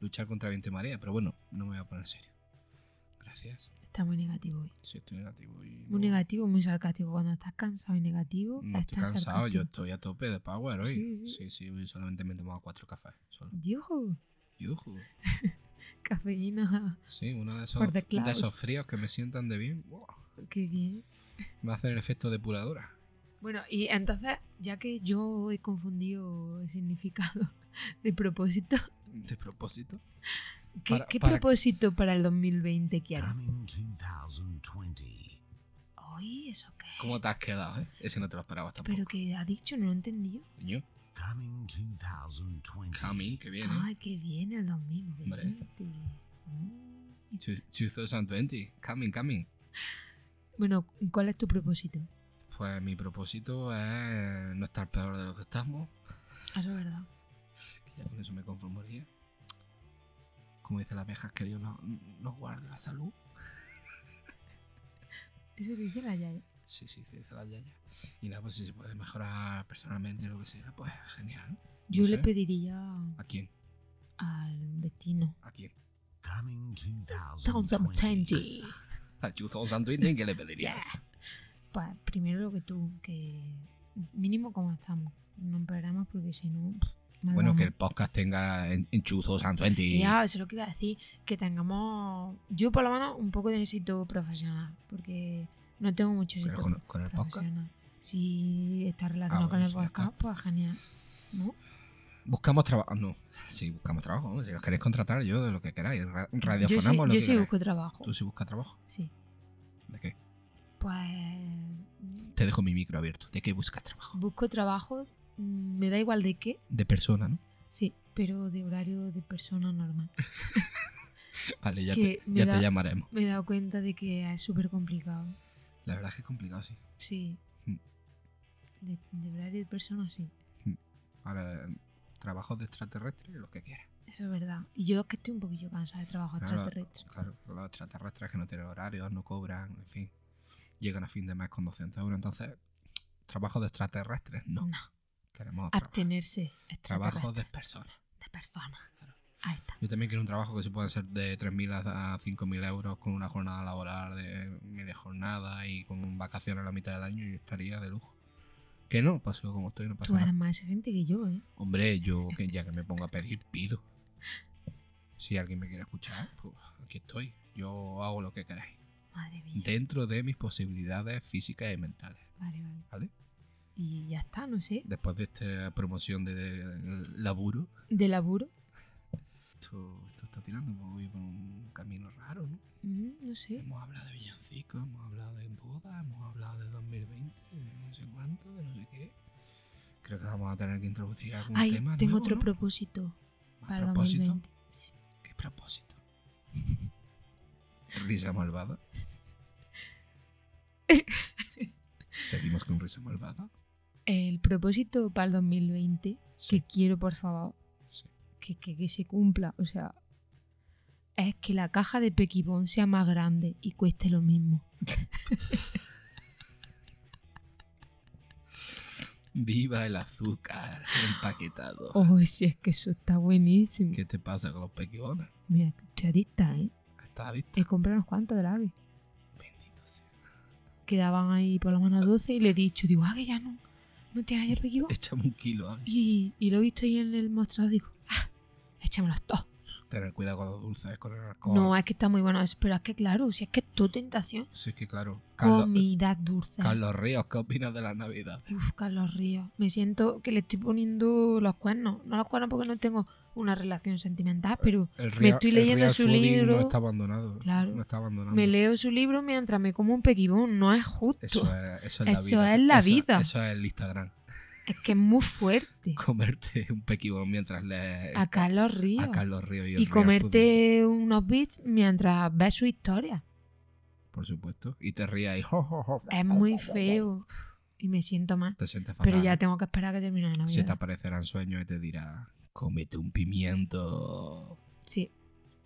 [SPEAKER 2] Luchar contra viento y marea, pero bueno, no me voy a poner serio. Gracias.
[SPEAKER 1] Está muy negativo hoy.
[SPEAKER 2] Sí, estoy negativo. Y
[SPEAKER 1] Muy
[SPEAKER 2] no-
[SPEAKER 1] negativo, muy sarcástico. Cuando estás cansado y negativo,
[SPEAKER 2] No estoy
[SPEAKER 1] estás
[SPEAKER 2] cansado, yo
[SPEAKER 1] sarcástico.
[SPEAKER 2] estoy a tope de power hoy.
[SPEAKER 1] Sí,
[SPEAKER 2] Sí,
[SPEAKER 1] sí.
[SPEAKER 2] sí, hoy solamente me he tomado cuatro cafés. Solo.
[SPEAKER 1] Yujú,
[SPEAKER 2] Yujú.
[SPEAKER 1] cafeína.
[SPEAKER 2] Sí, uno de
[SPEAKER 1] Por
[SPEAKER 2] esos,
[SPEAKER 1] the
[SPEAKER 2] de
[SPEAKER 1] clouds.
[SPEAKER 2] esos fríos que me sientan de bien. Wow.
[SPEAKER 1] Qué bien.
[SPEAKER 2] Me hacen el efecto depuradora.
[SPEAKER 1] Bueno, y entonces, ya que yo he confundido el significado de propósito,
[SPEAKER 2] De propósito.
[SPEAKER 1] ¿qué,
[SPEAKER 2] Para-
[SPEAKER 1] qué
[SPEAKER 2] para-
[SPEAKER 1] propósito para el 2020 quieres?
[SPEAKER 5] Coming 2020.
[SPEAKER 1] Ay, ¿eso qué?
[SPEAKER 2] ¿Cómo te has quedado, eh? Ese no te lo esperabas tampoco.
[SPEAKER 1] Pero que ha dicho, no lo he entendido.
[SPEAKER 2] Coño,
[SPEAKER 5] Coming 2020.
[SPEAKER 2] Cami, que viene.
[SPEAKER 1] Ay, qué bien el 2020. Mm.
[SPEAKER 2] 2020, coming, coming.
[SPEAKER 1] Bueno, ¿cuál es tu propósito?
[SPEAKER 2] Pues mi propósito es no estar peor de lo que estamos.
[SPEAKER 1] Ah, Eso es verdad.
[SPEAKER 2] Que ya con eso me conformaría. Como dicen las viejas, que Dios nos, nos guarde la salud.
[SPEAKER 1] Eso que ¿eh? dice la Yaya.
[SPEAKER 2] Sí, sí, sí, dice la yaya. Y nada, pues si se puede mejorar personalmente lo que sea, pues genial.
[SPEAKER 1] Yo
[SPEAKER 2] No
[SPEAKER 1] le
[SPEAKER 2] sé.
[SPEAKER 1] pediría
[SPEAKER 2] ¿A quién?
[SPEAKER 1] al destino.
[SPEAKER 2] ¿A quién?
[SPEAKER 5] Coming 2020.
[SPEAKER 1] 2020.
[SPEAKER 2] A Chuzo Santuitin, ¿qué le pedirías?
[SPEAKER 1] Pues primero lo que tú, que mínimo como estamos. No empeoramos porque si no. mal
[SPEAKER 2] Bueno,
[SPEAKER 1] vamos.
[SPEAKER 2] que el podcast tenga en, en Chuzo Santuitin.
[SPEAKER 1] Ya, eso es lo que iba a decir. Que tengamos, yo por lo menos, un poco de éxito profesional. Porque no tengo mucho éxito.
[SPEAKER 2] Pero con, con el podcast.
[SPEAKER 1] profesional. Si está relacionado
[SPEAKER 2] Ah, bueno, sí,
[SPEAKER 1] con
[SPEAKER 2] ya
[SPEAKER 1] el
[SPEAKER 2] está.
[SPEAKER 1] podcast, pues genial. ¿No?
[SPEAKER 2] Buscamos trabajo. No, sí, buscamos trabajo. ¿no? Si nos queréis contratar, yo de lo que queráis. ra-
[SPEAKER 1] Yo sí,
[SPEAKER 2] Radiofonamos lo
[SPEAKER 1] yo
[SPEAKER 2] que
[SPEAKER 1] sí
[SPEAKER 2] queráis.
[SPEAKER 1] busco trabajo.
[SPEAKER 2] Tú sí buscas trabajo.
[SPEAKER 1] Sí.
[SPEAKER 2] ¿De qué?
[SPEAKER 1] Pues
[SPEAKER 2] Te dejo mi micro abierto. ¿De qué buscas trabajo?
[SPEAKER 1] busco trabajo, mm, me da igual de qué,
[SPEAKER 2] De persona, ¿no?
[SPEAKER 1] sí, pero de horario de persona normal.
[SPEAKER 2] Vale, ya,
[SPEAKER 1] Que
[SPEAKER 2] te,
[SPEAKER 1] me
[SPEAKER 2] ya
[SPEAKER 1] da-
[SPEAKER 2] te llamaremos.
[SPEAKER 1] Me he dado cuenta de que es súper complicado.
[SPEAKER 2] La verdad es que es complicado, sí.
[SPEAKER 1] Sí.
[SPEAKER 2] Mm.
[SPEAKER 1] De, de horario de persona, sí.
[SPEAKER 2] Ahora, trabajos de extraterrestre, lo que quieras.
[SPEAKER 1] Eso es verdad. Y yo es que estoy un poquillo cansada de trabajo
[SPEAKER 2] Claro.
[SPEAKER 1] extraterrestre.
[SPEAKER 2] Claro, los extraterrestres que no tienen horarios, no cobran, en fin. Llegan a fin de mes con 200 euros. Entonces, trabajos de extraterrestres, no.
[SPEAKER 1] No.
[SPEAKER 2] Queremos traba-
[SPEAKER 1] Abstenerse.
[SPEAKER 2] trabajos de
[SPEAKER 1] Mm. extraterrestre.
[SPEAKER 2] personas.
[SPEAKER 1] de persona. Ahí está.
[SPEAKER 2] Yo también quiero un trabajo que se pueda ser de 3.000 a 5.000 euros con una jornada laboral de media jornada y con vacaciones a la mitad del año y estaría de lujo. Que no, pues yo como estoy no pasa
[SPEAKER 1] Tú eres
[SPEAKER 2] nada.
[SPEAKER 1] más gente que yo, ¿eh?
[SPEAKER 2] Hombre, yo que ya que me pongo a pedir, pido. Si alguien me quiere escuchar, pues aquí estoy. Yo hago lo que queráis.
[SPEAKER 1] Madre mía.
[SPEAKER 2] Dentro de mis posibilidades físicas y mentales.
[SPEAKER 1] Vale, vale.
[SPEAKER 2] ¿Vale?
[SPEAKER 1] Y ya está, no sé.
[SPEAKER 2] Después de esta promoción de, laburo,
[SPEAKER 1] De laburo.
[SPEAKER 2] esto, esto está tirando voy por un camino raro, ¿no?
[SPEAKER 1] Mm, no sé.
[SPEAKER 2] Hemos hablado de villancicos, hemos hablado de boda, hemos hablado de 2020, de no sé cuánto, de no sé qué. Creo que vamos a tener que introducir algún
[SPEAKER 1] Ay,
[SPEAKER 2] tema
[SPEAKER 1] tengo
[SPEAKER 2] nuevo,
[SPEAKER 1] otro
[SPEAKER 2] ¿no?
[SPEAKER 1] propósito
[SPEAKER 2] ¿A
[SPEAKER 1] para el
[SPEAKER 2] propósito?
[SPEAKER 1] 2020. Sí.
[SPEAKER 2] ¿Qué propósito? Risa malvada. Seguimos con risa malvada.
[SPEAKER 1] El propósito para el 2020
[SPEAKER 2] Sí,
[SPEAKER 1] que quiero, por favor,
[SPEAKER 2] sí.
[SPEAKER 1] que, que- que se cumpla. O sea, es que la caja de Pequibón sea más grande y cueste lo mismo.
[SPEAKER 2] Viva el azúcar empaquetado.
[SPEAKER 1] Oh, si es que eso está buenísimo.
[SPEAKER 2] ¿Qué te pasa con los pequiones?
[SPEAKER 1] Mira, estoy adicta, ¿eh?
[SPEAKER 2] ¿Estás adicto?
[SPEAKER 1] He comprado unos cuantos de la AVE.
[SPEAKER 2] Bendito sea.
[SPEAKER 1] Quedaban ahí por lo menos 12 y le he dicho, digo, ah, que ya no, no tienes ya Pequibón.
[SPEAKER 2] Échame un kilo, ¿eh?
[SPEAKER 1] Y, y lo he visto ahí en el mostrador, digo, ah, échamelos todos.
[SPEAKER 2] Tener cuidado con los dulces, con el alcohol.
[SPEAKER 1] No, es que está muy bueno eso, pero es que claro, si es que es tu tentación.
[SPEAKER 2] Sí, es que claro. Carlos,
[SPEAKER 1] Comida dulce.
[SPEAKER 2] Carlos Ríos, ¿qué opinas de la Navidad?
[SPEAKER 1] Uf, Carlos Ríos. Me siento que le estoy poniendo los cuernos. No los cuernos porque no tengo una relación sentimental, pero
[SPEAKER 2] El
[SPEAKER 1] Me estoy
[SPEAKER 2] el
[SPEAKER 1] leyendo
[SPEAKER 2] Real
[SPEAKER 1] su
[SPEAKER 2] Fooding
[SPEAKER 1] libro.
[SPEAKER 2] No está abandonado.
[SPEAKER 1] Claro.
[SPEAKER 2] No está abandonado.
[SPEAKER 1] me leo su libro mientras me como un pequibón. No es justo.
[SPEAKER 2] Eso es, eso es la
[SPEAKER 1] Eso
[SPEAKER 2] vida.
[SPEAKER 1] es la
[SPEAKER 2] Eso-
[SPEAKER 1] vida.
[SPEAKER 2] Eso es el Instagram.
[SPEAKER 1] Es que es muy fuerte.
[SPEAKER 2] Comerte un pequibón mientras lees
[SPEAKER 1] A Carlos
[SPEAKER 2] a
[SPEAKER 1] Ríos.
[SPEAKER 2] Carlos Ríos
[SPEAKER 1] Y
[SPEAKER 2] y, el Real Fooding,
[SPEAKER 1] comerte unos bits mientras ves su historia.
[SPEAKER 2] Por supuesto. Y te rías y jo, jo, jo.
[SPEAKER 1] Es muy feo. Y me siento mal.
[SPEAKER 2] Te sientes fatal. ¿eh?
[SPEAKER 1] Pero ya tengo que esperar a que termine la
[SPEAKER 2] Se te
[SPEAKER 1] Navidad.
[SPEAKER 2] aparecerán sueños y te dirá, cómete un pimiento.
[SPEAKER 1] Sí,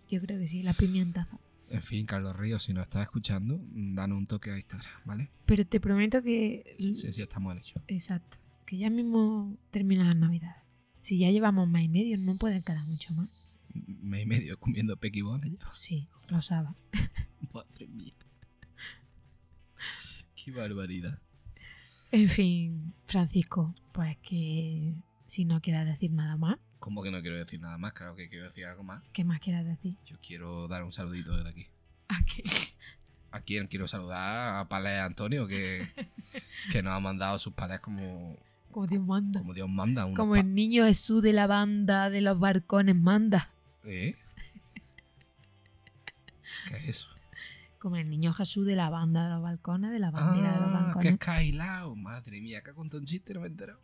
[SPEAKER 1] yo creo que sí, la pimientaza.
[SPEAKER 2] En fin, Carlos Ríos, si nos estás escuchando, danos un toque a Instagram, ¿vale?
[SPEAKER 1] Pero te prometo que.
[SPEAKER 2] Sí, sí, estamos en hecho.
[SPEAKER 1] Exacto. Que ya mismo termina la Navidad. Si ya llevamos más y medio, no pueden quedar mucho más.
[SPEAKER 2] Me he medio comiendo pequibones ya.
[SPEAKER 1] Sí, lo sabes.
[SPEAKER 2] Madre mía. Qué barbaridad.
[SPEAKER 1] En fin, Francisco, pues que si no quieras decir nada más,
[SPEAKER 2] Como que no quiero decir nada más, claro que quiero decir algo más.
[SPEAKER 1] ¿qué más quieras decir?
[SPEAKER 2] Yo quiero dar un saludito desde aquí.
[SPEAKER 1] ¿A qué?
[SPEAKER 2] ¿A quién quiero saludar? A Palés Antonio, que, que nos ha mandado sus palés como,
[SPEAKER 1] Como Dios manda.
[SPEAKER 2] como Dios manda. unos
[SPEAKER 1] Como
[SPEAKER 2] pa-
[SPEAKER 1] el niño Jesús de la banda de los barcones manda.
[SPEAKER 2] ¿Eh? ¿Qué es eso?
[SPEAKER 1] Como el niño Jesús de la banda de los balcones, de la bandera de los
[SPEAKER 2] Ah, que
[SPEAKER 1] balcones.
[SPEAKER 2] es Kailao. Madre mía, que contó un chiste, no me he enterado.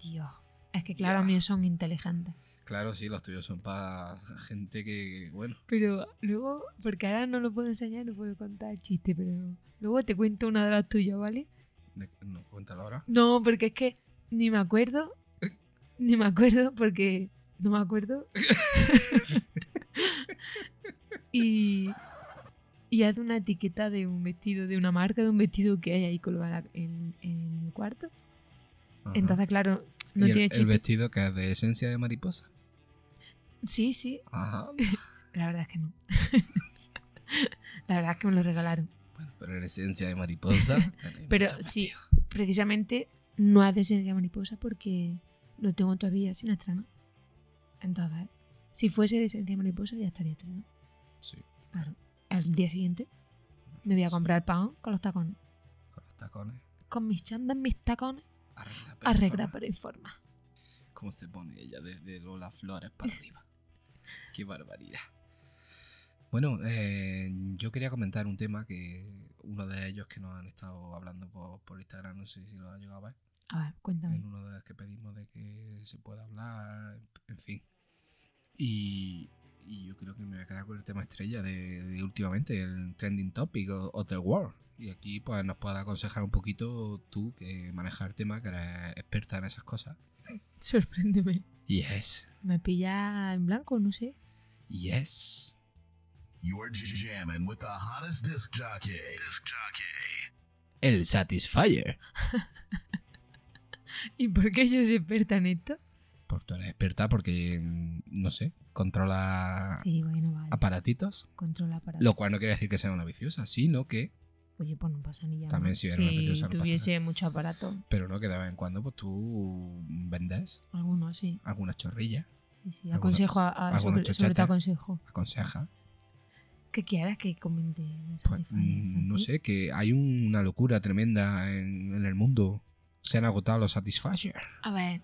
[SPEAKER 1] Dios. Es que claro,
[SPEAKER 2] Ya.
[SPEAKER 1] míos son inteligentes.
[SPEAKER 2] Claro, sí, los tuyos son para gente que, bueno,
[SPEAKER 1] Pero luego, porque ahora no lo puedo enseñar, no puedo contar el chiste, pero luego te cuento una de las tuyas, ¿vale?
[SPEAKER 2] de- no, cuéntalo ahora.
[SPEAKER 1] No, porque es que ni me acuerdo, ni me acuerdo porque no me acuerdo. y, y haz una etiqueta de un vestido, de una marca, de un vestido que hay ahí colgada en, en el cuarto.
[SPEAKER 2] Ajá.
[SPEAKER 1] Entonces, claro, no
[SPEAKER 2] Y el-
[SPEAKER 1] tiene
[SPEAKER 2] el,
[SPEAKER 1] chiste.
[SPEAKER 2] vestido que es de esencia de mariposa.
[SPEAKER 1] sí, sí,
[SPEAKER 2] Ajá.
[SPEAKER 1] la verdad es que no. la verdad es que me lo regalaron.
[SPEAKER 2] Bueno, pero en esencia de mariposa. tenéis
[SPEAKER 1] Pero
[SPEAKER 2] muchos
[SPEAKER 1] sí.
[SPEAKER 2] vestidos.
[SPEAKER 1] precisamente no hace esencia mariposa porque lo tengo todavía sin estrenar. Entonces, si fuese de esencia mariposa ya estaría estrenado.
[SPEAKER 2] Sí,
[SPEAKER 1] Claro. Al día siguiente me voy a
[SPEAKER 2] Sí.
[SPEAKER 1] comprar pan con los tacones.
[SPEAKER 2] con los tacones.
[SPEAKER 1] Con mis chandas, mis tacones,
[SPEAKER 2] Arregla para
[SPEAKER 1] arregla
[SPEAKER 2] informar.
[SPEAKER 1] para informar.
[SPEAKER 2] ¿Cómo se pone ella desde Lola Flores para arriba? Qué barbaridad. Bueno, eh, yo quería comentar un tema que uno de ellos que nos han estado hablando por, por Instagram, no sé si lo ha llegado a ver,
[SPEAKER 1] A ver,
[SPEAKER 2] en
[SPEAKER 1] cuéntame.
[SPEAKER 2] uno de los que pedimos de que se pueda hablar, en fin. Y, y yo creo que me voy a quedar con el tema estrella de, de últimamente, el trending topic o, o the world. Y aquí pues nos puedes aconsejar un poquito tú que manejas el tema, que eres experta en esas cosas.
[SPEAKER 1] Sorpréndeme.
[SPEAKER 2] Yes,
[SPEAKER 1] Me pilla en blanco, no sé.
[SPEAKER 2] yes.
[SPEAKER 5] You're jamming with the hottest disc jockey. Disc jockey.
[SPEAKER 2] El Satisfyer.
[SPEAKER 1] ¿Y por qué yo soy experta en esto?
[SPEAKER 2] Por Pues tú eres experta porque, mm, no sé, controla
[SPEAKER 1] Sí, bueno, vale.
[SPEAKER 2] aparatitos.
[SPEAKER 1] Controla para.
[SPEAKER 2] Ah. Lo cual no quiere decir que sea una viciosa, sino que,
[SPEAKER 1] Oye, pues no pasa ni ya.
[SPEAKER 2] También
[SPEAKER 1] ¿no?
[SPEAKER 2] si era una
[SPEAKER 1] si
[SPEAKER 2] preciosa, no pasa
[SPEAKER 1] tuviese mucho aparato.
[SPEAKER 2] pero no, que de vez en cuando pues tú vendes
[SPEAKER 1] Algunos sí.
[SPEAKER 2] alguna chorrilla,
[SPEAKER 1] sí, sí.
[SPEAKER 2] Algunos-
[SPEAKER 1] Aconsejo a. a-
[SPEAKER 2] algunos
[SPEAKER 1] sobre, sobre
[SPEAKER 2] chochetes.
[SPEAKER 1] todo aconsejo.
[SPEAKER 2] aconseja.
[SPEAKER 1] ¿Qué quieras que comente? de
[SPEAKER 2] Pues
[SPEAKER 1] Spotify
[SPEAKER 2] mm, no
[SPEAKER 1] aquí?
[SPEAKER 2] sé, que hay una locura tremenda en, en el mundo. Se han agotado los Satisfyer.
[SPEAKER 1] A ver,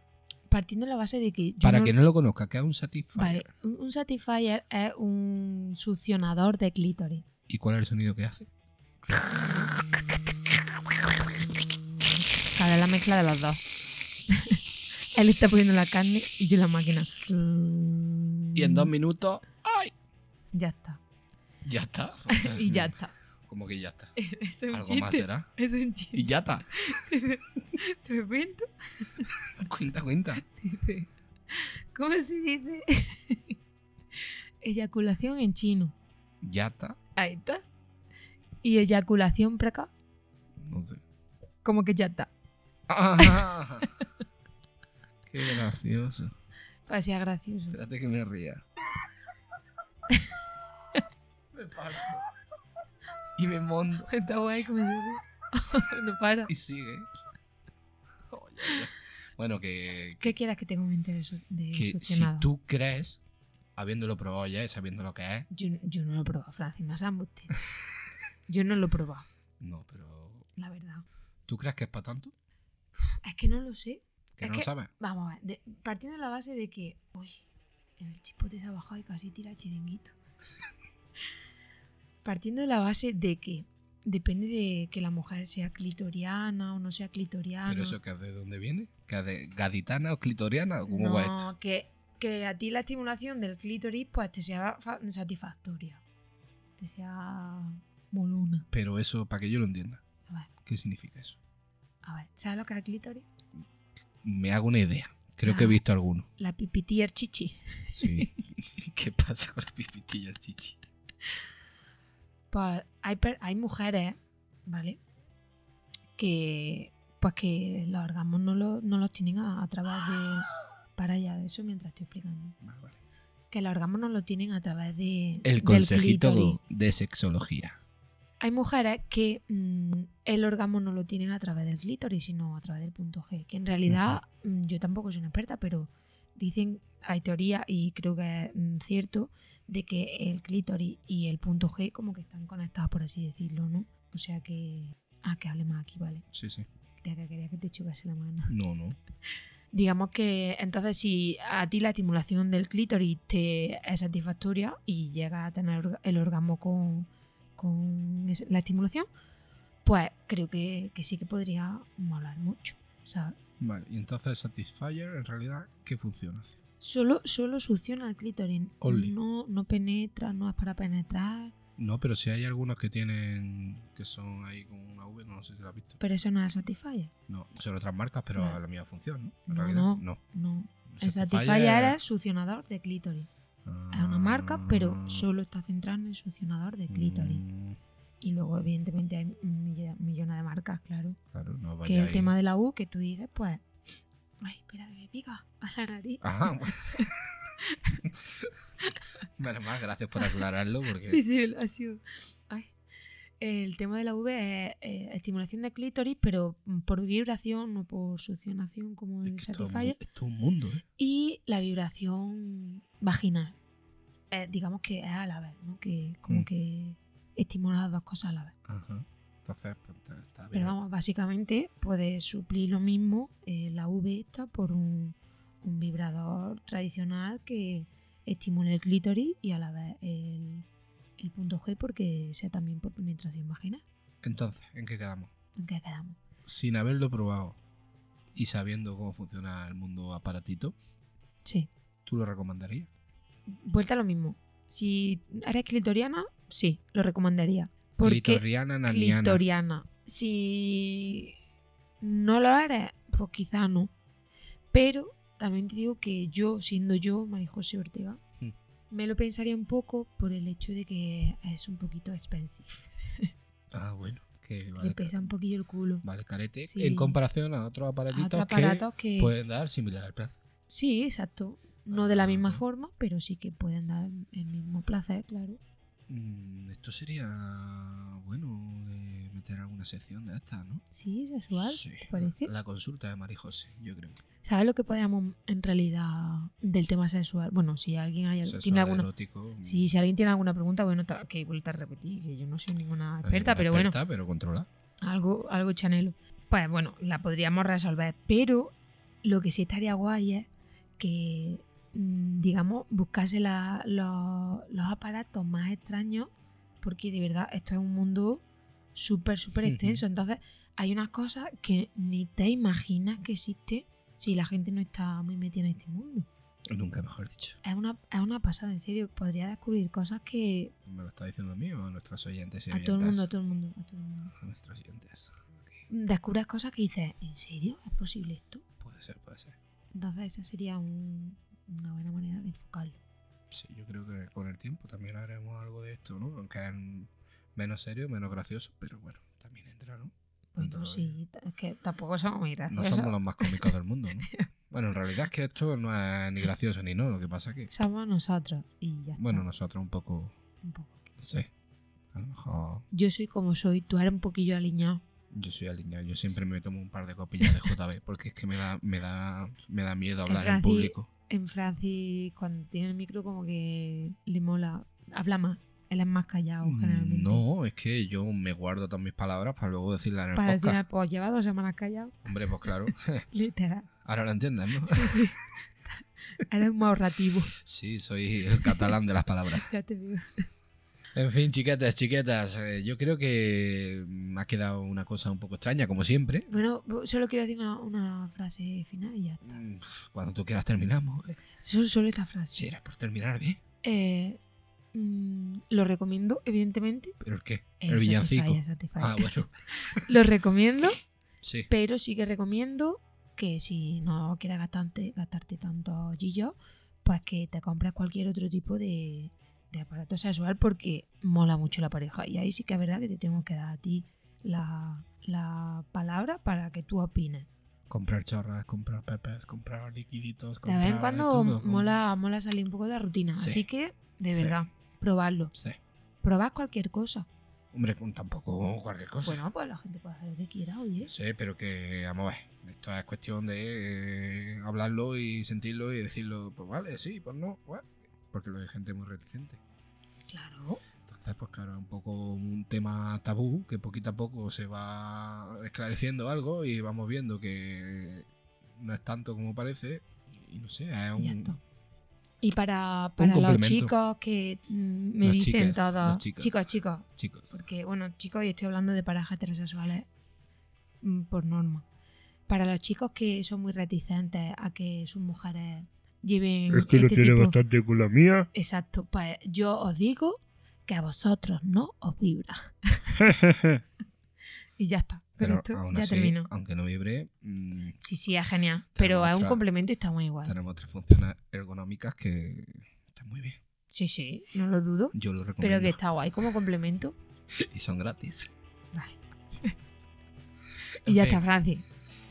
[SPEAKER 1] partiendo de la base de que. yo
[SPEAKER 2] Para
[SPEAKER 1] no-
[SPEAKER 2] quien no lo conozca, ¿qué es un Satisfyer?
[SPEAKER 1] Vale, un, un Satisfyer es un succionador de clítoris.
[SPEAKER 2] ¿Y cuál es el sonido que hace?
[SPEAKER 1] Claro, es la mezcla de los dos. Él está poniendo la carne y yo la máquina.
[SPEAKER 2] Y en dos minutos, ¡ay!
[SPEAKER 1] Ya está.
[SPEAKER 2] Ya está.
[SPEAKER 1] Y ya está.
[SPEAKER 2] Como que ya está.
[SPEAKER 1] Es un
[SPEAKER 2] Algo
[SPEAKER 1] chiste.
[SPEAKER 2] más será.
[SPEAKER 1] Es un
[SPEAKER 2] Y
[SPEAKER 1] chiste.
[SPEAKER 2] ya está.
[SPEAKER 1] Tremendo.
[SPEAKER 2] Cuenta, cuenta.
[SPEAKER 1] Dice. ¿Cómo se dice? Eyaculación en chino.
[SPEAKER 2] Ya está.
[SPEAKER 1] Ahí está. Y eyaculación para acá.
[SPEAKER 2] No sé.
[SPEAKER 1] Como que ya está.
[SPEAKER 2] ¡Ah! Qué gracioso.
[SPEAKER 1] Parecía Pues gracioso.
[SPEAKER 2] Espérate que me ría. me parto. Y me mondo.
[SPEAKER 1] Está guay como se ríe. No para.
[SPEAKER 2] Y sigue. Oh, ya, ya. Bueno, que,
[SPEAKER 1] ¿Qué quieras que te comente de, su- de
[SPEAKER 2] que si
[SPEAKER 1] succionado?
[SPEAKER 2] tú crees, habiéndolo probado ya y sabiendo lo que es,
[SPEAKER 1] Yo, yo no lo he probado, Francis, no seas embustero. Yo no lo he probado,
[SPEAKER 2] no, pero
[SPEAKER 1] la verdad.
[SPEAKER 2] ¿tú crees que es para tanto?
[SPEAKER 1] Es que no lo sé.
[SPEAKER 2] Que
[SPEAKER 1] Es
[SPEAKER 2] no lo
[SPEAKER 1] que-
[SPEAKER 2] sabes.
[SPEAKER 1] Vamos a ver, de- partiendo de la base de que. Uy, el chipote se ha bajado y casi tira el chiringuito. partiendo de la base de que depende de que la mujer sea clitoriana o ah, no sea clitoriana.
[SPEAKER 2] Pero eso que es de dónde viene? ¿Que es de gaditana o clitoriana o cómo va esto?
[SPEAKER 1] No, que, que a ti la estimulación del clítoris pues te sea fa- satisfactoria. Te sea moluna.
[SPEAKER 2] Pero eso, para que yo lo entienda,
[SPEAKER 1] A ver,
[SPEAKER 2] ¿qué significa eso?
[SPEAKER 1] a ver, ¿sabes lo que es el clítoris?
[SPEAKER 2] Me hago una idea. Creo que he
[SPEAKER 1] Ah.
[SPEAKER 2] visto alguno.
[SPEAKER 1] La pipití y el chichi.
[SPEAKER 2] Sí. ¿Qué pasa con la pipitilla, chichi?
[SPEAKER 1] Pues hay, per- hay mujeres, ¿vale? Que pues que los orgasmos no, lo- no los tienen a, a través de... Para allá, eso mientras estoy explicando.
[SPEAKER 2] Vale, vale.
[SPEAKER 1] Que los orgasmos no lo tienen a través de...
[SPEAKER 2] El
[SPEAKER 1] del clítoris.
[SPEAKER 2] consejito de sexología.
[SPEAKER 1] Hay mujeres que mm, el orgasmo no lo tienen a través del clítoris, sino a través del punto G. Que en realidad mm, yo tampoco soy una experta, pero dicen, hay teoría y creo que es mm, cierto, de que el clítoris y el punto G como que están conectados, por así decirlo, ¿no? O sea que... Ah, que hable más aquí, vale.
[SPEAKER 2] Sí, sí.
[SPEAKER 1] Ya que quería que te chocase la mano.
[SPEAKER 2] No, no.
[SPEAKER 1] Digamos que entonces si a ti la estimulación del clítoris te es satisfactoria y llegas a tener orga- el orgasmo con, con es- la estimulación, pues creo que, que sí que podría molar mucho. ¿sabes?
[SPEAKER 2] Vale, y entonces Satisfyer en realidad, ¿qué funciona?
[SPEAKER 1] Solo, solo succiona el clítoris.
[SPEAKER 2] Only.
[SPEAKER 1] No, no penetra, no es para penetrar,
[SPEAKER 2] No, pero si hay algunos que tienen, que son ahí con una V, no sé si lo has visto.
[SPEAKER 1] pero eso no es Satisfyer.
[SPEAKER 2] No, son otras marcas, pero
[SPEAKER 1] Vale.
[SPEAKER 2] la misma función, ¿no?
[SPEAKER 1] No,
[SPEAKER 2] En realidad,
[SPEAKER 1] no.
[SPEAKER 2] no.
[SPEAKER 1] No. El
[SPEAKER 2] Satisfyer-
[SPEAKER 1] Satisfyer es succionador de clítoris. Es una marca, pero
[SPEAKER 2] Ah,
[SPEAKER 1] solo está centrada en el succionador de clítoris.
[SPEAKER 2] mm,
[SPEAKER 1] Y luego, evidentemente, hay milla- millones de marcas, claro.
[SPEAKER 2] claro, no vaya
[SPEAKER 1] que el
[SPEAKER 2] Pues ahí.
[SPEAKER 1] tema de la U que tú dices, pues. Ay, espera, que me pica a la nariz.
[SPEAKER 2] Ajá. bueno. Menos mal, gracias por aclararlo, porque...
[SPEAKER 1] Sí, sí, ha sido. Ay. El tema de la V es eh, estimulación de clítoris, pero mm, por vibración, no por succionación como
[SPEAKER 2] Es
[SPEAKER 1] el
[SPEAKER 2] que esto es un
[SPEAKER 1] Satisfyer.
[SPEAKER 2] mu- esto es un mundo, ¿eh?
[SPEAKER 1] Y la vibración vaginal. Eh, digamos que es a la vez, ¿no? Que como
[SPEAKER 2] Mm.
[SPEAKER 1] que estimula las dos cosas a la vez.
[SPEAKER 2] Ajá. Entonces, pues, está- está bien.
[SPEAKER 1] Pero vamos, básicamente puedes suplir lo mismo eh, la V esta por un, un vibrador tradicional que estimule el clítoris y a la vez el, el punto G porque sea también por penetración vaginal.
[SPEAKER 2] Entonces, ¿en qué quedamos?
[SPEAKER 1] ¿En qué quedamos?
[SPEAKER 2] Sin haberlo probado y sabiendo cómo funciona el mundo aparatito,
[SPEAKER 1] Sí.
[SPEAKER 2] ¿tú lo recomendarías?
[SPEAKER 1] Vuelta a lo mismo. Si eres clitoriana, sí, lo recomendaría. Porque
[SPEAKER 2] Clitoriana, naniana.
[SPEAKER 1] clitoriana. Si no lo eres, pues quizá no. Pero también te digo que yo, siendo yo, María José Ortega,
[SPEAKER 2] Mm.
[SPEAKER 1] me lo pensaría un poco por el hecho de que es un poquito expensive.
[SPEAKER 2] Ah, bueno, que
[SPEAKER 1] Le
[SPEAKER 2] vale,
[SPEAKER 1] pesa un poquillo el culo.
[SPEAKER 2] vale carete.
[SPEAKER 1] Sí.
[SPEAKER 2] En comparación a otros
[SPEAKER 1] A
[SPEAKER 2] aparatitos
[SPEAKER 1] otros aparatos que...
[SPEAKER 2] que pueden dar similar plazo.
[SPEAKER 1] Sí, exacto. No de la misma
[SPEAKER 2] Ajá.
[SPEAKER 1] forma, pero sí que pueden dar el mismo placer, claro.
[SPEAKER 2] Mm, Esto sería bueno de meter alguna sección de esta, ¿no?
[SPEAKER 1] Sí, sexual,
[SPEAKER 2] Sí. eh.
[SPEAKER 1] ¿te parece?
[SPEAKER 2] La consulta de Mari José, yo creo.
[SPEAKER 1] ¿Sabes lo que podemos en realidad del tema sexual? Bueno, si alguien hay,
[SPEAKER 2] Sexual,
[SPEAKER 1] tiene alguna
[SPEAKER 2] erótico,
[SPEAKER 1] si, si alguien tiene alguna pregunta, bueno, ta- que vuelta a repetir, que yo no soy ninguna
[SPEAKER 2] no es
[SPEAKER 1] experta,
[SPEAKER 2] ninguna
[SPEAKER 1] pero bueno,
[SPEAKER 2] Eh, experta, pero controla.
[SPEAKER 1] algo, algo chanelo. Pues bueno, la podríamos resolver, pero lo que sí estaría guay es que, mm, digamos, buscase la- los- los aparatos más extraños, porque de verdad esto es un mundo súper, súper
[SPEAKER 2] Ujú.
[SPEAKER 1] extenso. Entonces, hay unas cosas que ni te imaginas que existen si la gente no está muy metida en este mundo.
[SPEAKER 2] Nunca mejor dicho.
[SPEAKER 1] Es una, es una pasada, en serio. Podría descubrir cosas que
[SPEAKER 2] ¿Me lo está diciendo a mí o a nuestros oyentes y
[SPEAKER 1] a todo el
[SPEAKER 2] oyentas?
[SPEAKER 1] mundo, a todo el mundo, a todo el mundo.
[SPEAKER 2] A nuestros oyentes. Ok,
[SPEAKER 1] descubres cosas que dices, ¿en serio? ¿Es posible esto?
[SPEAKER 2] Puede ser, puede ser.
[SPEAKER 1] Entonces esa sería un- una buena manera de enfocarlo. Pues
[SPEAKER 2] Sí, yo creo que con el tiempo también haremos algo de esto, ¿no? Aunque es menos serio, menos gracioso, pero bueno, también entra, ¿no? Dentro
[SPEAKER 1] Bueno,
[SPEAKER 2] de-
[SPEAKER 1] sí, t- es que tampoco somos muy
[SPEAKER 2] No
[SPEAKER 1] graciosos.
[SPEAKER 2] somos los más cómicos del mundo, ¿no? Bueno, en realidad es que esto no es ni gracioso ni no, lo que pasa que...
[SPEAKER 1] Somos nosotros y ya está,
[SPEAKER 2] Bueno, nosotros un poco...
[SPEAKER 1] un poco.
[SPEAKER 2] No sé. A lo mejor
[SPEAKER 1] Yo soy como soy, tú eres un poquillo aliñado.
[SPEAKER 2] yo soy alineado. Yo siempre me tomo un par de copillas de JB porque es que me da, me da, me da miedo hablar en
[SPEAKER 1] Francis-
[SPEAKER 2] público.
[SPEAKER 1] En Francis, cuando tiene el micro, como que le mola. Habla más. Él es más callado generalmente.
[SPEAKER 2] Mm, No, es que yo me guardo todas mis palabras para luego decirlas en el
[SPEAKER 1] Para decir,
[SPEAKER 2] podcast.
[SPEAKER 1] "Ah, pues lleva dos semanas callado,
[SPEAKER 2] Hombre, pues claro.
[SPEAKER 1] literal.
[SPEAKER 2] Ahora lo entiendes, ¿no?
[SPEAKER 1] Eres muy ahorrativo,
[SPEAKER 2] Sí, soy el catalán de las palabras.
[SPEAKER 1] ya te digo.
[SPEAKER 2] En fin, chiquetas, chiquetas, eh, yo creo que mm, ha quedado una cosa un poco extraña, como siempre.
[SPEAKER 1] Bueno, solo quiero decir una, una frase final y ya está.
[SPEAKER 2] Mm, Cuando tú quieras terminamos. eh.
[SPEAKER 1] Solo, solo esta frase.
[SPEAKER 2] Si era por terminar bien.
[SPEAKER 1] Eh, mm, lo recomiendo, evidentemente.
[SPEAKER 2] ¿Pero el qué?
[SPEAKER 1] Eh,
[SPEAKER 2] El, villancico.
[SPEAKER 1] Satisfyer, Satisfyer.
[SPEAKER 2] Ah, bueno.
[SPEAKER 1] Lo recomiendo,
[SPEAKER 2] Sí.
[SPEAKER 1] pero sí que recomiendo que si no quieres gastarte, gastarte tanto gillo, pues que te compres cualquier otro tipo de, de aparato sexual porque mola mucho la pareja. Y ahí sí que es verdad que te tengo que dar a ti la, la palabra para que tú opines.
[SPEAKER 2] Comprar chorras, comprar pepes, comprar liquiditos.
[SPEAKER 1] De
[SPEAKER 2] Comprar
[SPEAKER 1] vez en
[SPEAKER 2] de
[SPEAKER 1] cuando
[SPEAKER 2] todo, com-
[SPEAKER 1] mola, mola salir un poco de la rutina.
[SPEAKER 2] Sí.
[SPEAKER 1] Así que, de
[SPEAKER 2] Sí.
[SPEAKER 1] verdad, probarlo.
[SPEAKER 2] Sí.
[SPEAKER 1] Probad cualquier cosa.
[SPEAKER 2] Hombre, con tampoco cualquier cosa.
[SPEAKER 1] Bueno, pues la gente puede hacer lo que quiera, oye.
[SPEAKER 2] Sí, pero que, vamos a ver, esto es cuestión de eh, hablarlo y sentirlo y decirlo, pues vale, sí, pues no, pues, porque lo hay gente muy reticente.
[SPEAKER 1] Claro.
[SPEAKER 2] Entonces, pues claro, es un poco un tema tabú que poquito a poco se va esclareciendo algo y vamos viendo que no es tanto como parece y no sé, es
[SPEAKER 1] Y ya
[SPEAKER 2] un...
[SPEAKER 1] está. Y para, para los
[SPEAKER 2] complemento.
[SPEAKER 1] chicos que mm, me
[SPEAKER 2] Las
[SPEAKER 1] dicen
[SPEAKER 2] chicas,
[SPEAKER 1] todos,
[SPEAKER 2] las chicas.
[SPEAKER 1] chicos, chicos,
[SPEAKER 2] Chicos,
[SPEAKER 1] porque bueno, chicos, y estoy hablando de parejas heterosexuales mm, por norma. Para los chicos que son muy reticentes a que sus mujeres lleven.
[SPEAKER 4] Es que lo
[SPEAKER 1] este
[SPEAKER 4] tiene
[SPEAKER 1] tipo-
[SPEAKER 4] bastante con la mía.
[SPEAKER 1] Exacto, pues yo os digo que a vosotros no os vibra. y ya está. Pero, esto
[SPEAKER 2] pero aún
[SPEAKER 1] ya
[SPEAKER 2] así,
[SPEAKER 1] terminó.
[SPEAKER 2] aunque no vibre, mm,
[SPEAKER 1] Sí, sí, es genial. Pero es un
[SPEAKER 2] otra-
[SPEAKER 1] complemento y está muy guay.
[SPEAKER 2] tenemos otras funciones ergonómicas que están muy bien.
[SPEAKER 1] Sí, sí, no lo dudo.
[SPEAKER 2] Yo lo
[SPEAKER 1] Pero que
[SPEAKER 2] recomiendo
[SPEAKER 1] está guay como complemento.
[SPEAKER 2] y son gratis.
[SPEAKER 1] Vale.
[SPEAKER 2] En
[SPEAKER 1] Y ya
[SPEAKER 2] fin.
[SPEAKER 1] está, Francis.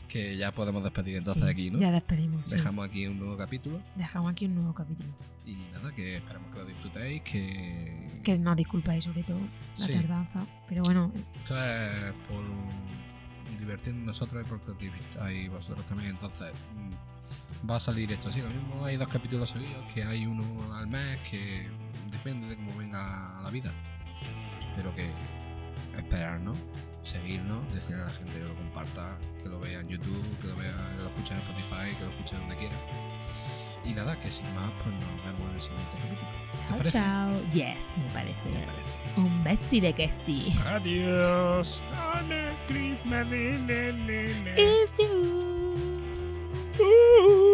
[SPEAKER 2] que ya podemos despedir entonces
[SPEAKER 1] Sí,
[SPEAKER 2] aquí, ¿no?
[SPEAKER 1] Ya despedimos. sí.
[SPEAKER 2] Dejamos aquí un nuevo capítulo
[SPEAKER 1] Dejamos aquí un nuevo capítulo.
[SPEAKER 2] y nada, que esperamos que lo disfrutéis, que...
[SPEAKER 1] Que no disculpáis sobre todo la
[SPEAKER 2] Sí.
[SPEAKER 1] tardanza. Pero bueno,
[SPEAKER 2] Esto es por um, divertirnos nosotros y porque os divirtáis vosotros también, entonces mm, va a salir esto así, lo mismo hay dos capítulos seguidos, que hay uno al mes, que depende de cómo venga la vida, pero que esperarnos, seguirnos, decirle a la gente que lo comparta, que lo vea en YouTube, que lo vea, que lo escuche en Spotify, que lo escuche donde quiera. Y nada, que sin más, pues nos vemos en el siguiente capítulo. ¿Te
[SPEAKER 1] Chao,
[SPEAKER 2] parece?
[SPEAKER 1] chao. Yes, me
[SPEAKER 2] ¿Te
[SPEAKER 1] parece.
[SPEAKER 2] parece?
[SPEAKER 1] Un besi de que sí.
[SPEAKER 5] Adiós.
[SPEAKER 1] eh.
[SPEAKER 5] Hare Krishna. ne, ne, ne, ne.
[SPEAKER 1] It's you.
[SPEAKER 5] Ooh.